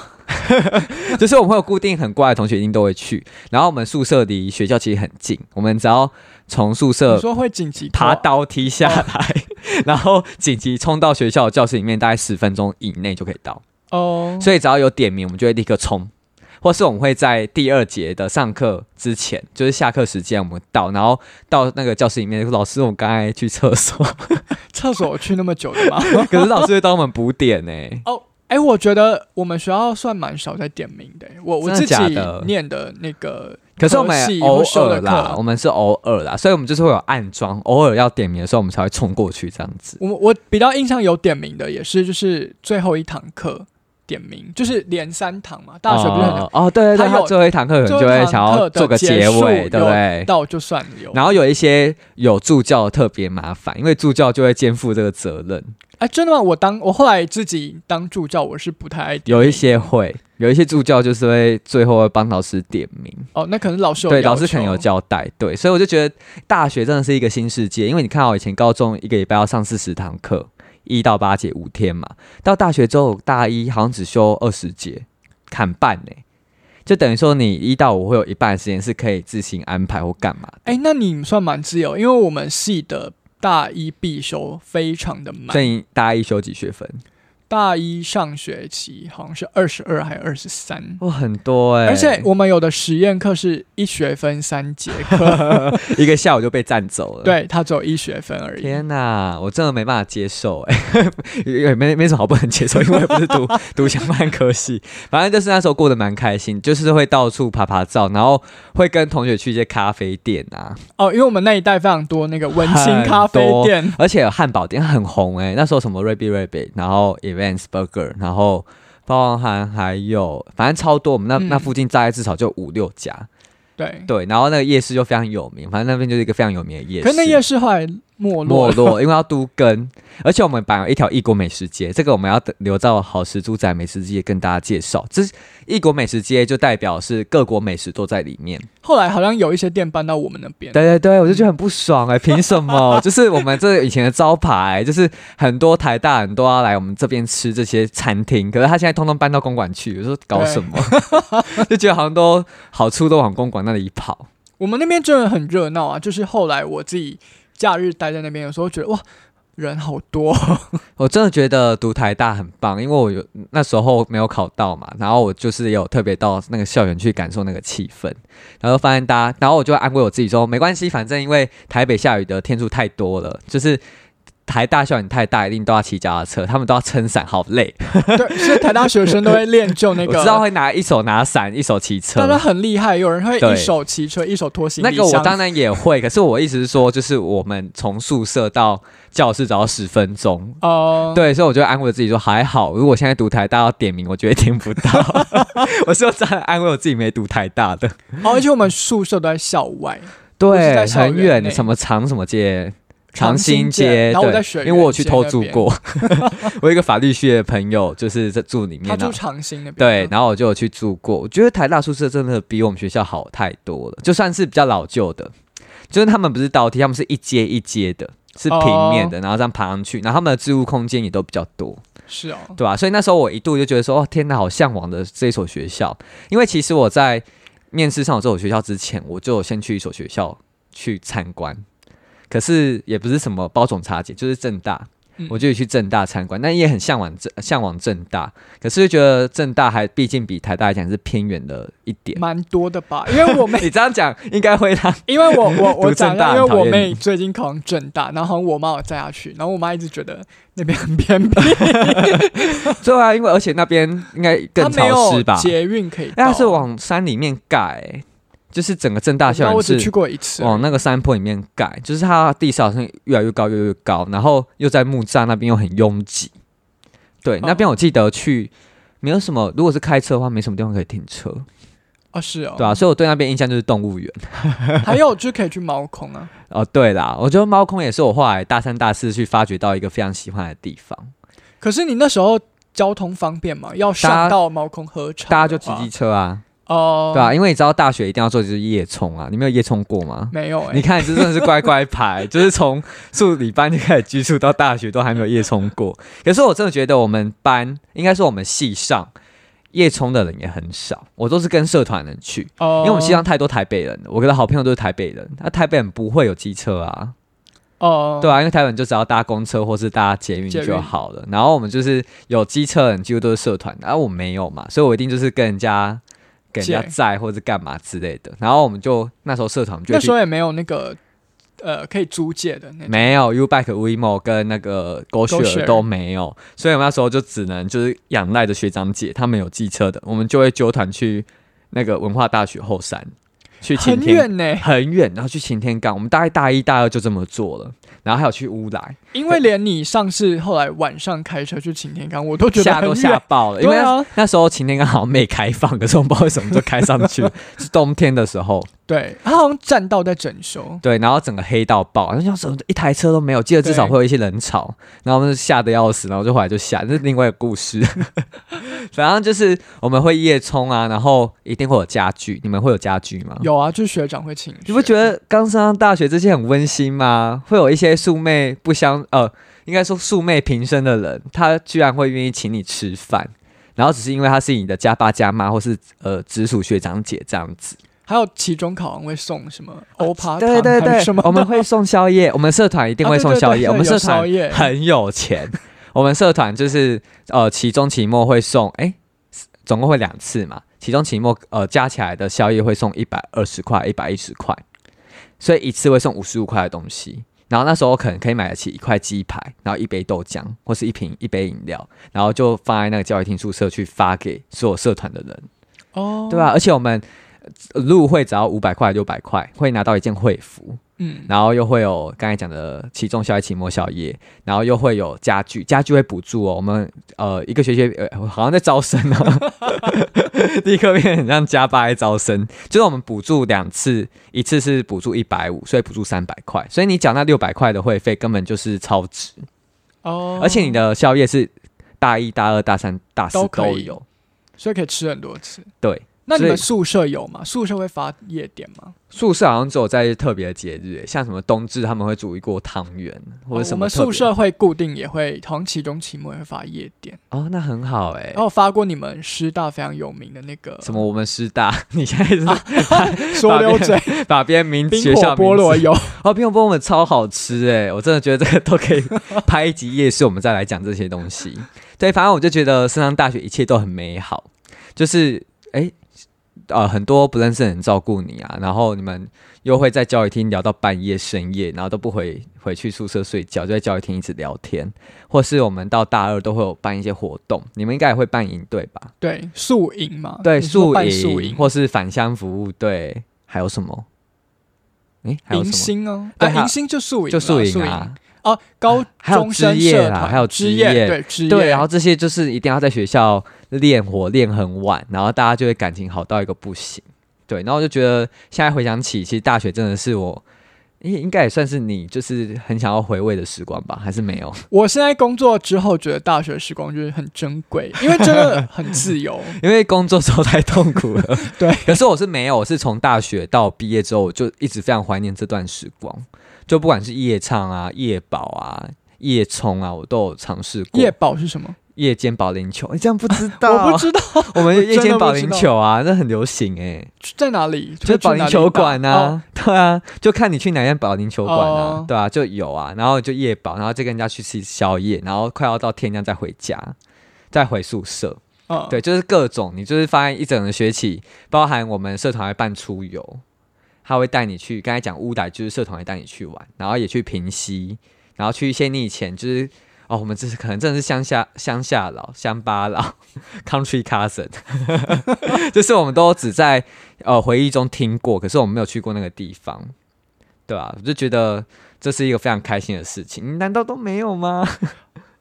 [SPEAKER 1] 就是我们会有固定很乖的同学一定都会去。然后我们宿舍离学校其实很近，我们只要从宿
[SPEAKER 2] 你
[SPEAKER 1] 舍
[SPEAKER 2] 说哦会紧急
[SPEAKER 1] 爬
[SPEAKER 2] 到。
[SPEAKER 1] 楼梯下来， 然后紧急冲到学校的教室里面，大概十分钟以内就可以到。
[SPEAKER 2] 哦，
[SPEAKER 1] 所以只要有点名，我们就会立刻冲，或是我们会在第二节的上课之前，就是下课时间我们到，然后到那个教室里面，老师我刚才去厕所，
[SPEAKER 2] 厕所去那么久 的吗？
[SPEAKER 1] 可是老师会帮我们补点欸呢、
[SPEAKER 2] 哦，哎、我觉得我们学校算蛮少在点名的、我我
[SPEAKER 1] 真的
[SPEAKER 2] 自己
[SPEAKER 1] 假的
[SPEAKER 2] 念的那个
[SPEAKER 1] 可是我
[SPEAKER 2] 科
[SPEAKER 1] 们
[SPEAKER 2] 系
[SPEAKER 1] 也
[SPEAKER 2] 或
[SPEAKER 1] 偶
[SPEAKER 2] 修
[SPEAKER 1] 尔
[SPEAKER 2] 的
[SPEAKER 1] 啦，我
[SPEAKER 2] 课，啊
[SPEAKER 1] 们是偶尔啦，所以我们就是会有暗装，偶尔要点名的时候，我们才会冲过去这样子。
[SPEAKER 2] 我我比较印象有点名的，也是就是最后一堂课点名，就是连三堂嘛，大学不是很、
[SPEAKER 1] 哦哦，对对对，
[SPEAKER 2] 他有
[SPEAKER 1] 他最后一堂课可能就会想要做个结
[SPEAKER 2] 最后一堂课的结
[SPEAKER 1] 尾，
[SPEAKER 2] 束
[SPEAKER 1] 对不对？
[SPEAKER 2] 到就算有，哎、
[SPEAKER 1] 然后有一些有助教特别麻烦，因为助教就会肩负这个责任。
[SPEAKER 2] 真的吗？我当我后来自己当助教，我是不太爱点名
[SPEAKER 1] 有一些会，有一些助教就是会最后会帮老师点名，
[SPEAKER 2] 哦，那可能老师有
[SPEAKER 1] 对，
[SPEAKER 2] 要
[SPEAKER 1] 老师可能有
[SPEAKER 2] 求
[SPEAKER 1] 交代，对，所以我就觉得大学真的是一个新世界，因为你看哦我以前高中一个礼拜要上四十堂课，一到八节五天嘛，到大学之后大一好像只修二十节，砍半呢、就等于说你一到五会有一半的时间是可以自行安排或干嘛的，
[SPEAKER 2] 哎、那你算蛮自由，因为我们系的大一必修非常的满
[SPEAKER 1] 所，以你大一修几学分？
[SPEAKER 2] 大一上学期好像是二十二还二十三，
[SPEAKER 1] 哇，很多哎、
[SPEAKER 2] 而且我们有的实验课是一学分三节 课，
[SPEAKER 1] 一个下午就被占走了。。
[SPEAKER 2] 对，它只有一学分而已。
[SPEAKER 1] 天呐，我真的没办法接受哎、 也没没什么好不能接 受，因为我也不是读读相关科系，反正就是那时候过得蛮开心，就是会到处爬爬照，然后会跟同学去一些咖啡店啊，
[SPEAKER 2] 哦，因为我们那一带非常多那个文青咖啡店，
[SPEAKER 1] 而且有汉堡店很红哎、那时候什么瑞比瑞比，然后 Events Burger，然后包含还有反正超多，我们那、那
[SPEAKER 2] 嗯
[SPEAKER 1] 附近大概至少就五六家，
[SPEAKER 2] 对。
[SPEAKER 1] 对，然后那个夜市就非常有名，反正那边就是一个非常有名的夜市。
[SPEAKER 2] 可是那夜市后来没落
[SPEAKER 1] 没
[SPEAKER 2] 了，
[SPEAKER 1] 落，因为要都跟，而且我们本来有一条异国美食街，这个我们要等留到好食猪仔美食街跟大家介绍。这是异国美食街就代表是各国美食都在里面。
[SPEAKER 2] 后来好像有一些店搬到我们那边。
[SPEAKER 1] 对对对，我就觉得很不爽 哎、凭什么？就是我们这以前的招牌、就是很多台大人都要来我们这边吃这些餐厅，可是他现在通通搬到公馆去，我说搞什么？ 就觉得好像都好处都往公馆那里跑。
[SPEAKER 2] 我们那边真的很热闹啊，就是后来我自己假日待在那边，有时候觉得哇，人好多。
[SPEAKER 1] 我真的觉得读台大很棒，因为我有那时候没有考到嘛，然后我就是有特别到那个校园去感受那个气氛，然后发现大家，然后我就安慰我自己说，没关系，反正因为台北下雨的天数太多了，就是台大校园太大，一定都要骑脚踏车，他们都要撑伞，好累。
[SPEAKER 2] 对，所以台大学生都会练就 那个，
[SPEAKER 1] 我知道会拿一手拿伞，一手骑 车
[SPEAKER 2] 但。他很厉害，有人会
[SPEAKER 1] 对
[SPEAKER 2] 一手骑车，一手拖行
[SPEAKER 1] 那
[SPEAKER 2] 李
[SPEAKER 1] 个
[SPEAKER 2] 箱。
[SPEAKER 1] 我当然也会，可是我意思是说，就是我们从宿舍到教室只要十分钟。
[SPEAKER 2] 哦、
[SPEAKER 1] 对，所以我就安慰自己说还好，如果现在读台大要点名，我绝对听不 到。 我是用这样安慰我自己没读台大的，
[SPEAKER 2] 哦，而且我们宿舍都在校外，是在
[SPEAKER 1] 对，
[SPEAKER 2] 校园
[SPEAKER 1] 很远
[SPEAKER 2] 内
[SPEAKER 1] 的，什么长什么街，
[SPEAKER 2] 长
[SPEAKER 1] 兴
[SPEAKER 2] 兴街然后我
[SPEAKER 1] 对
[SPEAKER 2] 在水
[SPEAKER 1] 因为我
[SPEAKER 2] 源
[SPEAKER 1] 去
[SPEAKER 2] 街
[SPEAKER 1] 偷
[SPEAKER 2] 那
[SPEAKER 1] 住
[SPEAKER 2] 边
[SPEAKER 1] 过， 我有一个法律系的朋友就是在住里面
[SPEAKER 2] 他
[SPEAKER 1] 然
[SPEAKER 2] 住
[SPEAKER 1] 后
[SPEAKER 2] 长兴那边。
[SPEAKER 1] 对，，然后我就有去住过。我觉得台大宿舍真的比我们学校好太多了，就算是比较老旧的，就是他们不是倒梯，他们是一阶一阶的，是平面的，
[SPEAKER 2] 哦
[SPEAKER 1] 然后这样爬上去，然后他们的置物空间也都比较多，
[SPEAKER 2] 是哦，
[SPEAKER 1] 对吧、所以那时候我一度就觉得说，哦，天哪，好向往的这一所学校，因为其实我在面试上有这所学校之前，我就有先去一所学校去参观。可是也不是什么包总茶姐，就是正大，
[SPEAKER 2] 嗯
[SPEAKER 1] 我就去正大参观，但也很向往正向往正大，可是就觉得正大还毕竟比台大来讲是偏远的一点。
[SPEAKER 2] 蛮多的吧？因为我妹，
[SPEAKER 1] 你这样讲应该会让
[SPEAKER 2] 因为我我我
[SPEAKER 1] 读
[SPEAKER 2] 讲
[SPEAKER 1] 正
[SPEAKER 2] 一
[SPEAKER 1] 大
[SPEAKER 2] 下，因
[SPEAKER 1] 很
[SPEAKER 2] 为
[SPEAKER 1] 讨
[SPEAKER 2] 我
[SPEAKER 1] 厌
[SPEAKER 2] 妹最近考上正大，然后好像我妈有载她去，然后我妈一直觉得那边很偏僻，
[SPEAKER 1] 对啊，因为而且那边应该
[SPEAKER 2] 她
[SPEAKER 1] 更
[SPEAKER 2] 没
[SPEAKER 1] 潮湿
[SPEAKER 2] 有
[SPEAKER 1] 吧？
[SPEAKER 2] 捷运可以到。
[SPEAKER 1] 那是往山里面盖、就是整个正大
[SPEAKER 2] 我知道
[SPEAKER 1] 校
[SPEAKER 2] 我
[SPEAKER 1] 园
[SPEAKER 2] 只去
[SPEAKER 1] 是
[SPEAKER 2] 过一次。
[SPEAKER 1] 往哦那个山坡里面盖，就是它地势好像越来越高，越来越高，然后又在木栅那边又很拥挤。对，那边
[SPEAKER 2] 哦
[SPEAKER 1] 我记得去没有什么，如果是开车的话，没什么地方可以停车。
[SPEAKER 2] 哦，是哦，
[SPEAKER 1] 对啊，所以我对那边印象就是动物园。
[SPEAKER 2] 还有就可以去猫空啊，
[SPEAKER 1] 哦，对啦，我觉得猫空也是我后来大三、大四去发掘到一个非常喜欢的地方。
[SPEAKER 2] 可是你那时候交通方便嘛，要
[SPEAKER 1] 大
[SPEAKER 2] 上
[SPEAKER 1] 家
[SPEAKER 2] 到猫空河场的
[SPEAKER 1] 大
[SPEAKER 2] 话，
[SPEAKER 1] 家就骑机车啊，
[SPEAKER 2] 哦，
[SPEAKER 1] 对啊，，因为你知道大学一定要做就是夜冲啊，你没有夜冲过吗？
[SPEAKER 2] 没有哎、
[SPEAKER 1] 你看，这真的是乖乖 牌，就是从数理班就开始居住到大学都还没有夜冲过。可是我真的觉得我们班，应该说我们系上夜冲的人也很少，我都是跟社团人去，
[SPEAKER 2] 哦，
[SPEAKER 1] 因为我们系上太多台北人了，我的好朋友都是台北人，那、啊台北人不会有机车啊。
[SPEAKER 2] 哦，
[SPEAKER 1] 对啊，因为台湾就只要搭公车或是搭捷运
[SPEAKER 2] 捷运
[SPEAKER 1] 就好了。然后我们就是有机车的人几乎都是社团，然、后我没有嘛，所以我一定就是跟人家给人家
[SPEAKER 2] 借
[SPEAKER 1] 载或者干嘛之类的。然后我们就那时候社团我们就
[SPEAKER 2] 那
[SPEAKER 1] 去
[SPEAKER 2] 时候也没有那个呃可以租借的那 种，
[SPEAKER 1] 没有 U Bike、WeMo 跟那个 g o s h
[SPEAKER 2] GoShare
[SPEAKER 1] a r 都没有，所以我们那时候就只能就是仰赖着学长姐，他们有机车的，我们就会纠团去那个文化大学后山去晴
[SPEAKER 2] 很
[SPEAKER 1] 天。
[SPEAKER 2] 远呢、欸
[SPEAKER 1] 很远，然后去晴天岗，我们大概大一、大二就这么做了，然后还有去乌来，
[SPEAKER 2] 因为连你上次后来晚上开车去擎天岗，我都觉得
[SPEAKER 1] 吓
[SPEAKER 2] 很
[SPEAKER 1] 都
[SPEAKER 2] 远
[SPEAKER 1] 吓爆了，因为
[SPEAKER 2] 对
[SPEAKER 1] 那,、
[SPEAKER 2] 啊，
[SPEAKER 1] 时候晴天岗好像没开放，可是我们不知道为什么就开上 去，是冬天的时候，
[SPEAKER 2] 对，他好像栈道在整修，
[SPEAKER 1] 对，然后整个黑到爆，那像什么一台车都没有，记得至少
[SPEAKER 2] 对
[SPEAKER 1] 会有一些人潮，然后我们就吓得要死，然后就回来就吓，这是另外一个故事。 反正就是我们会夜冲啊，然后一定会有家具，你们会有家具吗？。
[SPEAKER 2] 有啊，就是学长会请，
[SPEAKER 1] 嗯你不觉？得刚上大学这些很温馨吗？会有一些素昧不相呃，应该说素昧平生的人，他居然会愿意请你吃饭，然后只是因为他是你的家爸家妈或是呃直属学长姐这样子。
[SPEAKER 2] 还有期中考好像会送什么欧趴
[SPEAKER 1] 啊对对对，
[SPEAKER 2] 什么的
[SPEAKER 1] 我们会送宵夜，我们社团一定
[SPEAKER 2] 啊
[SPEAKER 1] 会
[SPEAKER 2] 对
[SPEAKER 1] 送
[SPEAKER 2] 对
[SPEAKER 1] 宵
[SPEAKER 2] 对
[SPEAKER 1] 夜，
[SPEAKER 2] 对
[SPEAKER 1] 我们
[SPEAKER 2] 有
[SPEAKER 1] 社
[SPEAKER 2] 宵
[SPEAKER 1] 团
[SPEAKER 2] 夜
[SPEAKER 1] 很有钱。 我们社团就是呃，期中、期末会送，哎、总共会两次嘛。期中、期末呃加起来的宵夜会送一百二十块、一百一十块，所以一次会送五十五块的东西。然后那时候可能可以买得起一块鸡排，然后一杯豆浆或是一瓶一杯饮料，然后就放在那个教育厅宿舍去发给所有社团的人。
[SPEAKER 2] 哦，
[SPEAKER 1] 对啊，而且我们呃入会只要五百块、六百块，会拿到一件会服，
[SPEAKER 2] 嗯，
[SPEAKER 1] 然后又会有刚才讲的期中宵夜、期末宵夜，然后又会有家具，家具会补助哦。我们呃一个学期呃好像在招生哦， 立刻变得很像加班在招生，就是我们补助两次，一次是补助一百五，所以补助三百块，所以你缴那六百块的会费根本就是超值，
[SPEAKER 2] 哦，
[SPEAKER 1] 而且你的宵夜是大一、大二、大三、大四
[SPEAKER 2] 都可以
[SPEAKER 1] 有，
[SPEAKER 2] 所以可以吃很多次。
[SPEAKER 1] 对。
[SPEAKER 2] 那你们
[SPEAKER 1] 所
[SPEAKER 2] 宿舍有吗？宿舍会发夜点吗？
[SPEAKER 1] 宿舍好像只有在特别的节日，欸像什么冬至他们会煮一锅汤圆，或者
[SPEAKER 2] 哦
[SPEAKER 1] 什
[SPEAKER 2] 我
[SPEAKER 1] 么
[SPEAKER 2] 们
[SPEAKER 1] 特别、
[SPEAKER 2] 宿舍会固定也会，好像期中、期末也会发夜点。
[SPEAKER 1] 哦，那很好哎、
[SPEAKER 2] 然后发过你们师大非常有名的那个
[SPEAKER 1] 什么？我们师大， 你现在是
[SPEAKER 2] 说溜嘴
[SPEAKER 1] 把别人名
[SPEAKER 2] 啊冰
[SPEAKER 1] 学
[SPEAKER 2] 火
[SPEAKER 1] 校
[SPEAKER 2] 菠
[SPEAKER 1] 名字
[SPEAKER 2] 萝油，
[SPEAKER 1] 哦，冰火菠萝超好吃哎、我真的觉得这个都可以拍一集夜市，我们再来讲这些东西。对，反正我就觉得深山大学一切都很美好，就是哎、呃很多不认识的人照顾你啊，然后你们又会在交易厅聊到半夜深夜，然后都不回回去宿舍睡觉，就在交易厅一直聊天，或是我们到大二都会有办一些活动，你们应该也会办营队吧？
[SPEAKER 2] 对，宿营嘛，
[SPEAKER 1] 对，
[SPEAKER 2] 啊你是说
[SPEAKER 1] 宿
[SPEAKER 2] 办宿
[SPEAKER 1] 营
[SPEAKER 2] 营，
[SPEAKER 1] 或是返乡服务队，还有什么？诶，还有
[SPEAKER 2] 迎
[SPEAKER 1] 什么？
[SPEAKER 2] 新哦，
[SPEAKER 1] 对
[SPEAKER 2] 啊
[SPEAKER 1] 还有
[SPEAKER 2] 迎新就宿营啦，
[SPEAKER 1] 就宿
[SPEAKER 2] 宿
[SPEAKER 1] 营啊
[SPEAKER 2] 营，哦，高
[SPEAKER 1] 还有
[SPEAKER 2] 中生
[SPEAKER 1] 之夜
[SPEAKER 2] 社
[SPEAKER 1] 啦
[SPEAKER 2] 团，
[SPEAKER 1] 还有
[SPEAKER 2] 之
[SPEAKER 1] 之夜
[SPEAKER 2] 对之夜，
[SPEAKER 1] 对，然后这些就是一定要在学校练火练很晚，然后大家就会感情好到一个不行。对，然后我就觉得现在回想起，其实大学真的是我应应该也算是你就是很想要回味的时光吧，还是没有？
[SPEAKER 2] 我现在工作之后觉得大学时光就是很珍 贵，因为真的很自由。
[SPEAKER 1] 因为工作之后太痛苦了。
[SPEAKER 2] 对，
[SPEAKER 1] 可是我是没有，我是从大学到毕业之后，我就一直非常怀念这段时光。就不管是夜唱啊、夜保啊、夜冲啊，我都有尝试过。
[SPEAKER 2] 夜保是什么？
[SPEAKER 1] 夜间保龄球，你这样不知道？啊
[SPEAKER 2] 我不知道
[SPEAKER 1] 我们夜间保龄
[SPEAKER 2] 我真的不知
[SPEAKER 1] 球啊，那很流行哎、
[SPEAKER 2] 在哪里，
[SPEAKER 1] 就是保龄球馆
[SPEAKER 2] 呐。
[SPEAKER 1] 啊，对啊，就看你去哪间保龄球馆啊
[SPEAKER 2] 哦，
[SPEAKER 1] 对啊，就有啊，然后就夜保，然后再跟人家去吃宵夜，然后快要到天亮再回家，再回宿舍，
[SPEAKER 2] 哦，嗯，
[SPEAKER 1] 对，就是各种，你就是发现一整个学期，包含我们社团会办出游，他会带你去，刚才讲乌傣就是社团会带你去玩，然后也去平溪，然后去一些你以前就是。哦，我们这是可能真的是乡下乡下佬、乡巴佬 （country cousin），就是我们都只在呃回忆中听过，可是我们没有去过那个地方，对吧、我就觉得这是一个非常开心的事情，你难道都没有吗？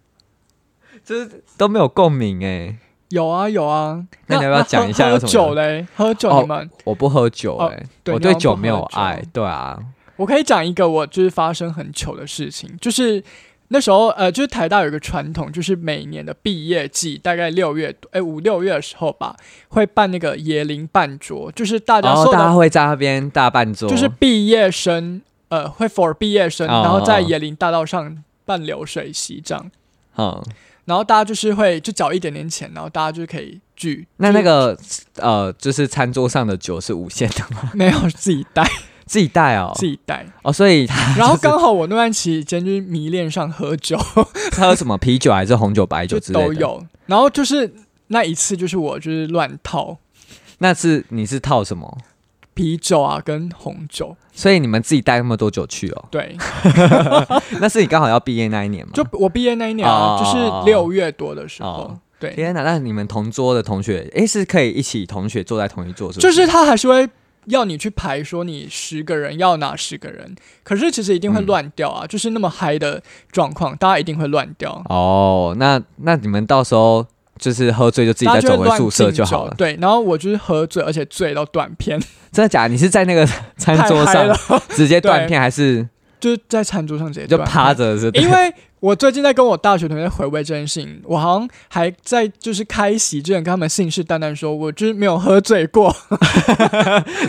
[SPEAKER 1] 就是都没有共鸣哎、
[SPEAKER 2] 有啊有啊。
[SPEAKER 1] 那你要不要讲一下
[SPEAKER 2] 喝
[SPEAKER 1] 有什
[SPEAKER 2] 喝
[SPEAKER 1] 么
[SPEAKER 2] 酒嘞？喝酒
[SPEAKER 1] 哦
[SPEAKER 2] 你们，
[SPEAKER 1] 我不喝酒
[SPEAKER 2] 哦
[SPEAKER 1] 哎、
[SPEAKER 2] 对
[SPEAKER 1] 我
[SPEAKER 2] 你好像
[SPEAKER 1] 对
[SPEAKER 2] 不
[SPEAKER 1] 酒
[SPEAKER 2] 喝
[SPEAKER 1] 没有
[SPEAKER 2] 酒
[SPEAKER 1] 爱，对啊，
[SPEAKER 2] 我可以讲一个我就是发生很糗的事情，就是。那时候，呃，就是台大有一个传统，就是每年的毕业季，大概六月，哎、五六月的时候吧，会办那个椰林半桌，就是大家
[SPEAKER 1] 然
[SPEAKER 2] 所
[SPEAKER 1] 后哦大
[SPEAKER 2] 有的
[SPEAKER 1] 家会在那边大半桌，
[SPEAKER 2] 就是毕业生，呃，会 for 毕业生，
[SPEAKER 1] 哦
[SPEAKER 2] 然后在
[SPEAKER 1] 哦哦
[SPEAKER 2] 椰林大道上办流水席这样，
[SPEAKER 1] 嗯，
[SPEAKER 2] 然后大家就是会就缴一点点钱，然后大家就可以聚。
[SPEAKER 1] 那
[SPEAKER 2] 聚
[SPEAKER 1] 那个呃，就是餐桌上的酒是无限的吗？
[SPEAKER 2] 没有自己带，
[SPEAKER 1] 自己带哦，
[SPEAKER 2] 自己 带。
[SPEAKER 1] 哦，所以他
[SPEAKER 2] 然后刚好我那段期间就是迷恋上喝酒，
[SPEAKER 1] 喝什么啤酒还是红酒、白酒
[SPEAKER 2] 就
[SPEAKER 1] 之类的？
[SPEAKER 2] 都。有。然后就是那一次，就是我就是乱套
[SPEAKER 1] 那是你是套什么？
[SPEAKER 2] 啤酒啊跟红酒，
[SPEAKER 1] 所以你们自己带那么多酒去 哦？
[SPEAKER 2] 对，
[SPEAKER 1] 那是你刚好要毕业那一年吗？
[SPEAKER 2] 就我毕业那一年
[SPEAKER 1] 哦
[SPEAKER 2] 啊，
[SPEAKER 1] 哦
[SPEAKER 2] 就是
[SPEAKER 1] 哦
[SPEAKER 2] 六月多的时候
[SPEAKER 1] 哦，
[SPEAKER 2] 对，
[SPEAKER 1] 天哪！那你们同桌的同学，诶，是可以一起同学坐在同一桌，是不
[SPEAKER 2] 就是他还是会要你去排，说你十个人要哪十个人，可是其实一定会
[SPEAKER 1] 嗯
[SPEAKER 2] 乱掉啊，就是那么嗨的状况，大家一定会乱掉，啊
[SPEAKER 1] 哦，那那你们到时候就是喝醉就自己
[SPEAKER 2] 大
[SPEAKER 1] 再
[SPEAKER 2] 家就
[SPEAKER 1] 走
[SPEAKER 2] 会
[SPEAKER 1] 回
[SPEAKER 2] 乱
[SPEAKER 1] 宿
[SPEAKER 2] 敬
[SPEAKER 1] 舍就
[SPEAKER 2] 酒
[SPEAKER 1] 好了。
[SPEAKER 2] 对，然后我就是喝醉，而且醉到断片，
[SPEAKER 1] 真的假的你是在那个餐
[SPEAKER 2] 太
[SPEAKER 1] 桌
[SPEAKER 2] 嗨
[SPEAKER 1] 上
[SPEAKER 2] 了，
[SPEAKER 1] 直接断
[SPEAKER 2] 对
[SPEAKER 1] 片，还是
[SPEAKER 2] 就是在餐桌上直接
[SPEAKER 1] 就
[SPEAKER 2] 断片
[SPEAKER 1] 趴，着 是？
[SPEAKER 2] 因为。我最近在跟我大学同学回味这件事情，我好像还在就是开席之前跟他们信誓旦旦说，我就是没有喝 醉过。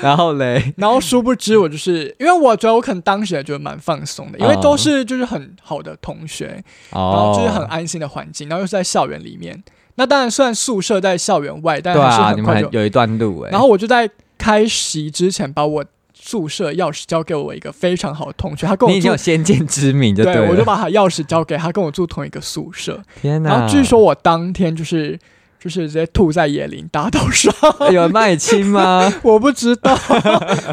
[SPEAKER 1] 然后嘞，
[SPEAKER 2] 然后殊不知我就是，因为我觉得我可能当时也觉得蛮放松的，因为
[SPEAKER 1] 哦
[SPEAKER 2] 都是就是很好的同学，然
[SPEAKER 1] 哦，
[SPEAKER 2] 后就是很安心的环境，然后又是在校园里面。那当然，虽然宿舍在校园外，但
[SPEAKER 1] 对
[SPEAKER 2] 还是
[SPEAKER 1] 啊，你
[SPEAKER 2] 很
[SPEAKER 1] 们
[SPEAKER 2] 快
[SPEAKER 1] 还
[SPEAKER 2] 就。
[SPEAKER 1] 有一段路哎。
[SPEAKER 2] 然后我就在开席之前，把我宿舍钥匙交给我一个非常好的同学，他跟
[SPEAKER 1] 你
[SPEAKER 2] 我
[SPEAKER 1] 已经
[SPEAKER 2] 住
[SPEAKER 1] 有，先见之明就
[SPEAKER 2] 我就
[SPEAKER 1] 了。
[SPEAKER 2] 把他钥匙交给他，跟我住同一个宿舍。
[SPEAKER 1] 天哪！
[SPEAKER 2] 然后据说我当天就是就是直接吐在野林大道上，
[SPEAKER 1] 有人卖亲吗？哎
[SPEAKER 2] 我不知道，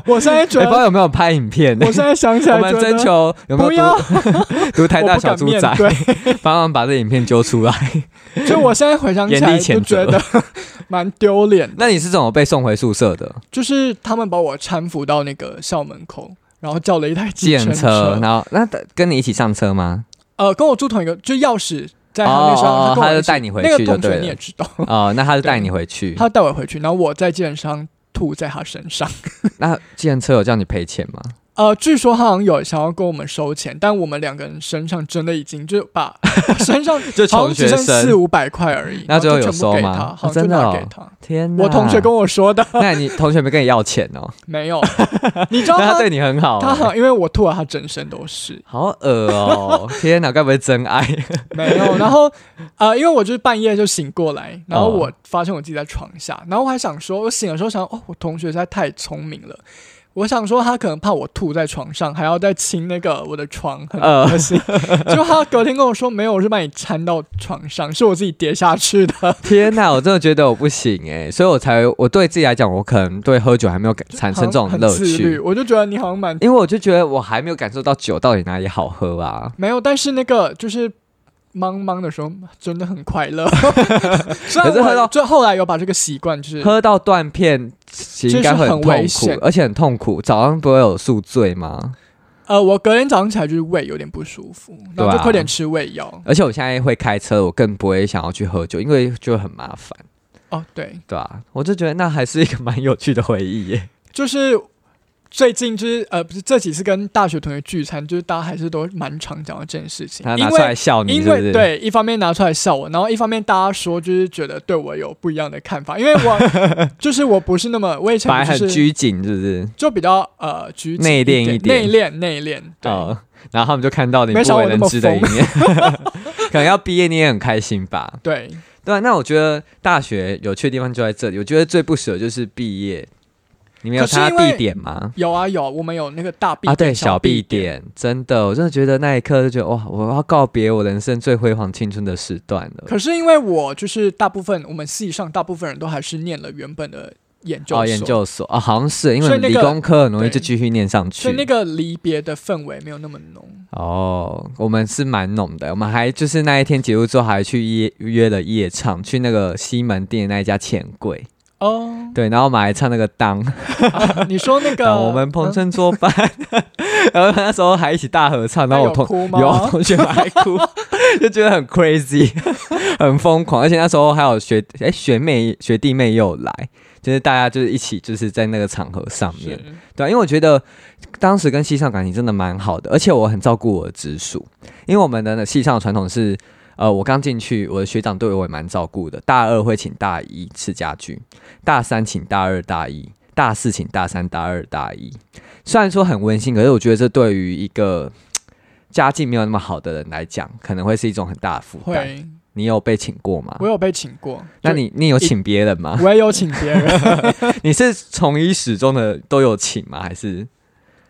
[SPEAKER 2] 我现在觉
[SPEAKER 1] 不知道
[SPEAKER 2] 得，
[SPEAKER 1] 有没有拍影片？
[SPEAKER 2] 啊我现在想 起
[SPEAKER 1] 我
[SPEAKER 2] 来
[SPEAKER 1] 们
[SPEAKER 2] 觉得
[SPEAKER 1] 征求有没
[SPEAKER 2] 不要
[SPEAKER 1] 有，读读台
[SPEAKER 2] 我
[SPEAKER 1] 大
[SPEAKER 2] 不
[SPEAKER 1] 小
[SPEAKER 2] 敢
[SPEAKER 1] 猪
[SPEAKER 2] 面
[SPEAKER 1] 仔，
[SPEAKER 2] 对。
[SPEAKER 1] 帮忙把这影片揪出来。
[SPEAKER 2] 就我现在回想起来，
[SPEAKER 1] 严厉谴
[SPEAKER 2] 就觉得 蛮丢脸的。
[SPEAKER 1] 那你是怎么被送回宿舍的？
[SPEAKER 2] 就是他们把我搀扶到那个校门口，然后叫了一台计
[SPEAKER 1] 计
[SPEAKER 2] 程
[SPEAKER 1] 程车，然后那跟你一起上车吗？
[SPEAKER 2] 呃，跟我住同一个，就钥匙在他那上，
[SPEAKER 1] 哦哦哦
[SPEAKER 2] 跟我
[SPEAKER 1] 他就
[SPEAKER 2] 一起
[SPEAKER 1] 带你回
[SPEAKER 2] 那
[SPEAKER 1] 去
[SPEAKER 2] 个
[SPEAKER 1] 就
[SPEAKER 2] 同学
[SPEAKER 1] 对
[SPEAKER 2] 你
[SPEAKER 1] 了
[SPEAKER 2] 也知道，
[SPEAKER 1] 哦，那他就
[SPEAKER 2] 对
[SPEAKER 1] 带你回去。
[SPEAKER 2] 他带我回去，然后我在计程车上吐在他身上。
[SPEAKER 1] 那计程车有叫你赔钱吗？
[SPEAKER 2] 呃，据说他好像有想要跟我们收钱，但我们两个人身上真的已经就 把我身上
[SPEAKER 1] 就
[SPEAKER 2] 好
[SPEAKER 1] 穷
[SPEAKER 2] 像只
[SPEAKER 1] 学
[SPEAKER 2] 剩
[SPEAKER 1] 生
[SPEAKER 2] 四五百块而已，
[SPEAKER 1] 那
[SPEAKER 2] 然后
[SPEAKER 1] 最后
[SPEAKER 2] 就
[SPEAKER 1] 有
[SPEAKER 2] 全部给
[SPEAKER 1] 收吗
[SPEAKER 2] 他，好
[SPEAKER 1] 啊
[SPEAKER 2] 像就
[SPEAKER 1] 真的
[SPEAKER 2] 拿
[SPEAKER 1] 哦
[SPEAKER 2] 给他。
[SPEAKER 1] 天哪！
[SPEAKER 2] 我同学跟我说的，
[SPEAKER 1] 那你同学没跟你要钱哦？
[SPEAKER 2] 没 有，你知道
[SPEAKER 1] 那他
[SPEAKER 2] 他
[SPEAKER 1] 对你很好
[SPEAKER 2] 他
[SPEAKER 1] 欸，
[SPEAKER 2] 好，因为我吐了他整身都是，
[SPEAKER 1] 好恶哦！天哪，该不会真爱？
[SPEAKER 2] 没有。然后呃，因为我就是半夜就醒过来，然
[SPEAKER 1] 哦
[SPEAKER 2] 后我发现我自己在床下，然后我还想说，我醒的时候想，哦，我同学实在太聪明了。我想说，他可能怕我吐在床上，还要再亲那个我的床， 很
[SPEAKER 1] 呃
[SPEAKER 2] 恶心。就他隔天跟我说，没有，我是把你搀到床上，是我自己跌下 去的。
[SPEAKER 1] 天哪，我真的觉得我不行哎、所以我才我对自己来讲，我可能对喝酒还没有感产生这种
[SPEAKER 2] 很
[SPEAKER 1] 乐
[SPEAKER 2] 自律，
[SPEAKER 1] 趣，
[SPEAKER 2] 我就觉得你好像蛮
[SPEAKER 1] 因为我就觉得我还没有感受到酒到底哪里好喝啊。
[SPEAKER 2] 没有，但是那个就是茫茫的时候真的很快 乐。虽然
[SPEAKER 1] 可是喝到
[SPEAKER 2] 我就后来有把这个习惯，就是
[SPEAKER 1] 喝到断片其实应该会
[SPEAKER 2] 这是很
[SPEAKER 1] 痛
[SPEAKER 2] 危
[SPEAKER 1] 苦
[SPEAKER 2] 险，
[SPEAKER 1] 而且很痛苦。早上不会有宿醉吗？
[SPEAKER 2] 呃，我隔天早上起来就是胃有点不舒服，然后
[SPEAKER 1] 对
[SPEAKER 2] 就
[SPEAKER 1] 啊
[SPEAKER 2] 快点吃胃药。
[SPEAKER 1] 而且我现在会开车，我更不会想要去喝酒，因为就很麻烦，
[SPEAKER 2] 哦，对，
[SPEAKER 1] 对吧、我就觉得那还是一个蛮有趣的回忆耶。
[SPEAKER 2] 就是最近就是呃，不是这几次跟大学同学聚餐，就是大家还是都蛮常讲到这件事情
[SPEAKER 1] 他，
[SPEAKER 2] 因
[SPEAKER 1] 拿出来
[SPEAKER 2] 为。
[SPEAKER 1] 笑你
[SPEAKER 2] 因
[SPEAKER 1] 是不是？
[SPEAKER 2] 为，对，一方面拿出来笑我，然后一方面大家说就是觉得对我有不一样的看法，因为我 就是我不是那么我以前
[SPEAKER 1] 反而
[SPEAKER 2] 就
[SPEAKER 1] 很
[SPEAKER 2] 是
[SPEAKER 1] 拘谨，是不是？
[SPEAKER 2] 就比较呃拘谨
[SPEAKER 1] 内敛一
[SPEAKER 2] 内
[SPEAKER 1] 点
[SPEAKER 2] 敛内敛，对，
[SPEAKER 1] 哦，然后他们就看到你
[SPEAKER 2] 没
[SPEAKER 1] 不
[SPEAKER 2] 想到
[SPEAKER 1] 为
[SPEAKER 2] 我那
[SPEAKER 1] 人
[SPEAKER 2] 么
[SPEAKER 1] 知的一面， 可能要毕业你也很开心吧？
[SPEAKER 2] 对，
[SPEAKER 1] 对啊，那我觉得大学有趣的地方就在这里，我觉得最不舍就是毕业。你们有
[SPEAKER 2] 可是
[SPEAKER 1] 参
[SPEAKER 2] 因
[SPEAKER 1] 加
[SPEAKER 2] 为
[SPEAKER 1] 必点吗？
[SPEAKER 2] 有啊有，我们有那个大 B
[SPEAKER 1] 啊，对，
[SPEAKER 2] 小
[SPEAKER 1] 小
[SPEAKER 2] B
[SPEAKER 1] 必，点，真的，我真的觉得那一刻就觉得哇，我要告别我人生最辉煌青春的时段了。
[SPEAKER 2] 可是因为我就是大部分我们系上大部分人都还是念了原本的研究所，
[SPEAKER 1] 哦，研究所哦，好像是因
[SPEAKER 2] 所
[SPEAKER 1] 为
[SPEAKER 2] 以那
[SPEAKER 1] 理
[SPEAKER 2] 个
[SPEAKER 1] 工科很容易就
[SPEAKER 2] 对
[SPEAKER 1] 继续念上去
[SPEAKER 2] 所以。那个离别的氛围没有那么浓。
[SPEAKER 1] 哦，我们是蛮浓的，我们还就是那一天结束之后还去夜约了夜唱，去那个西门店那一家钱柜，，
[SPEAKER 2] 哦
[SPEAKER 1] 对，然后我们还唱那个当，
[SPEAKER 2] 啊你说那个
[SPEAKER 1] 当我们捧春作伴，然后那时候还一起大合唱，
[SPEAKER 2] 嗯
[SPEAKER 1] 然
[SPEAKER 2] 那
[SPEAKER 1] 后
[SPEAKER 2] 有
[SPEAKER 1] 我同
[SPEAKER 2] 哭吗？
[SPEAKER 1] 有同学 还哭，就觉得很 crazy，很 疯狂，而且那时候还有学哎、学妹学弟妹也有来，就是大家就是一起就是在那个场合上面，
[SPEAKER 2] 是
[SPEAKER 1] 对啊、因为我觉得当时跟系上感情真的蛮好的，而且我很照顾我的直属，因为我们的系上的传统是，呃，我刚进去，我的学长对我也蛮照顾的，大二会请大一吃家具，大三请大二大一，大四请大三大二大一。虽然说很温馨，可是我觉得这对于一个家境没有那么好的人来讲，可能会是一种很大的负担。
[SPEAKER 2] 会，
[SPEAKER 1] 你有被请过吗
[SPEAKER 2] 我？有被请过，
[SPEAKER 1] 那
[SPEAKER 2] 就
[SPEAKER 1] 你你有请别人吗？
[SPEAKER 2] 我也有请别人，
[SPEAKER 1] 你是从一始终的都有请吗？还是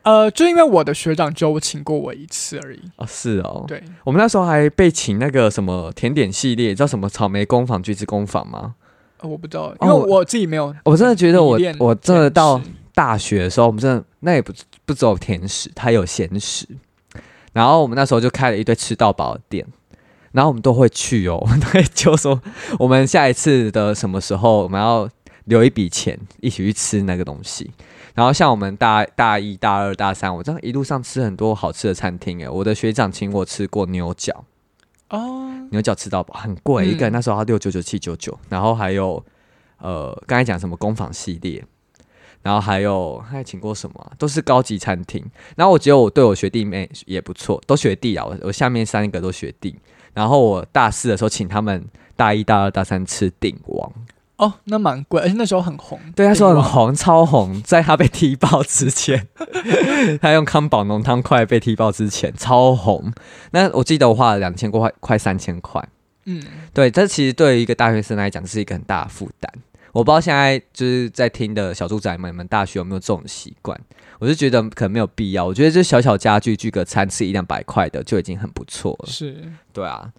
[SPEAKER 2] 呃，就因为我的学长只有请过我一次而已。
[SPEAKER 1] 哦是哦，
[SPEAKER 2] 对，
[SPEAKER 1] 我们那时候还被请那个什么甜点系列，你知道什么草莓工坊、橘子工坊吗？
[SPEAKER 2] 呃我不知道，
[SPEAKER 1] 哦
[SPEAKER 2] 因为
[SPEAKER 1] 我
[SPEAKER 2] 我自己没有迷恋甜食。
[SPEAKER 1] 我真的觉得我我真的到大学的时候，我们真的那也不不只有甜食，它有咸食。然后我们那时候就开了一堆吃到饱的店，然后我们都会去哦，我们都会 就说我们下一次的什么时候我们要留一笔钱一起去吃那个东西。然后像我们大大一大二大三，我这样一路上吃很多好吃的餐厅诶，我的学长请我吃过牛角，
[SPEAKER 2] 哦，
[SPEAKER 1] 牛角吃到饱很贵，一
[SPEAKER 2] 嗯
[SPEAKER 1] 个人那时候要六九九七九九，然后还有呃刚才讲什么工坊系列，然后还有还请过什么啊、都是高级餐厅。然后我觉得我对我学弟妹也不错，都学弟啊，我我下面三个都学弟。然后我大四的时候请他们大一、大二、大三吃鼎王，
[SPEAKER 2] 哦，那蛮贵，而且那时候很红。
[SPEAKER 1] 对，那时候很
[SPEAKER 2] 鼎王
[SPEAKER 1] 红，超红，在他被踢爆之前， 他用康宝浓汤块被踢爆之前超红。那我记得我花了两千块，快三千块。
[SPEAKER 2] 嗯，
[SPEAKER 1] 对，这其实对于一个大学生来讲是一个很大的负担。我不知道现在就是在听的小住宅们，你们大学有没有这种习惯？我是觉得可能没有必要。我觉得这小小家具聚个餐吃一两百块的就已经很不错了。
[SPEAKER 2] 是。
[SPEAKER 1] 对啊，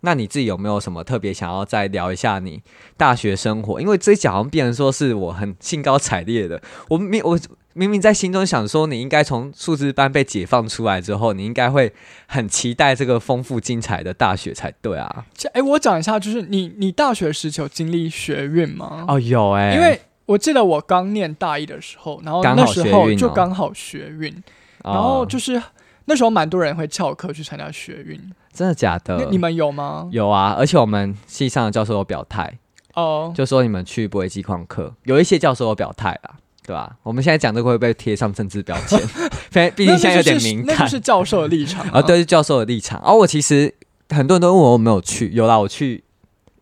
[SPEAKER 1] 那你自己有没有什么特别想要再聊一下你大学生活？因为这一讲好像变成说是我很兴高采烈的，我明我明明在心中想说，你应该从数字班被解放出来之后，你应该会很期待这个丰富精彩的大学才对啊。
[SPEAKER 2] 这哎，我讲一下，就是你你大学时期有经历学运吗？
[SPEAKER 1] 哦，有哎、
[SPEAKER 2] 因为我记得我刚念大一的时候，然后
[SPEAKER 1] 刚好
[SPEAKER 2] 那时
[SPEAKER 1] 学
[SPEAKER 2] 候
[SPEAKER 1] 运哦
[SPEAKER 2] 就刚好学运，然后
[SPEAKER 1] 哦
[SPEAKER 2] 就是那时候蛮多人会翘课去参加学运，
[SPEAKER 1] 真的假
[SPEAKER 2] 那
[SPEAKER 1] 的？
[SPEAKER 2] 你们有吗？
[SPEAKER 1] 有啊，而且我们系上的教授有表态，
[SPEAKER 2] 哦，
[SPEAKER 1] 就说你们去不会记旷课，有一些教授有表态啦，对吧、我们现在讲这个会被贴上政治标 签， 非毕竟
[SPEAKER 2] 那那
[SPEAKER 1] 现在有点
[SPEAKER 2] 就是
[SPEAKER 1] 敏
[SPEAKER 2] 那
[SPEAKER 1] 感 哦
[SPEAKER 2] 就是啊教授的立场
[SPEAKER 1] 啊。对，是教授的立场。而、我其实很多人都问我有没有去，有啦，我去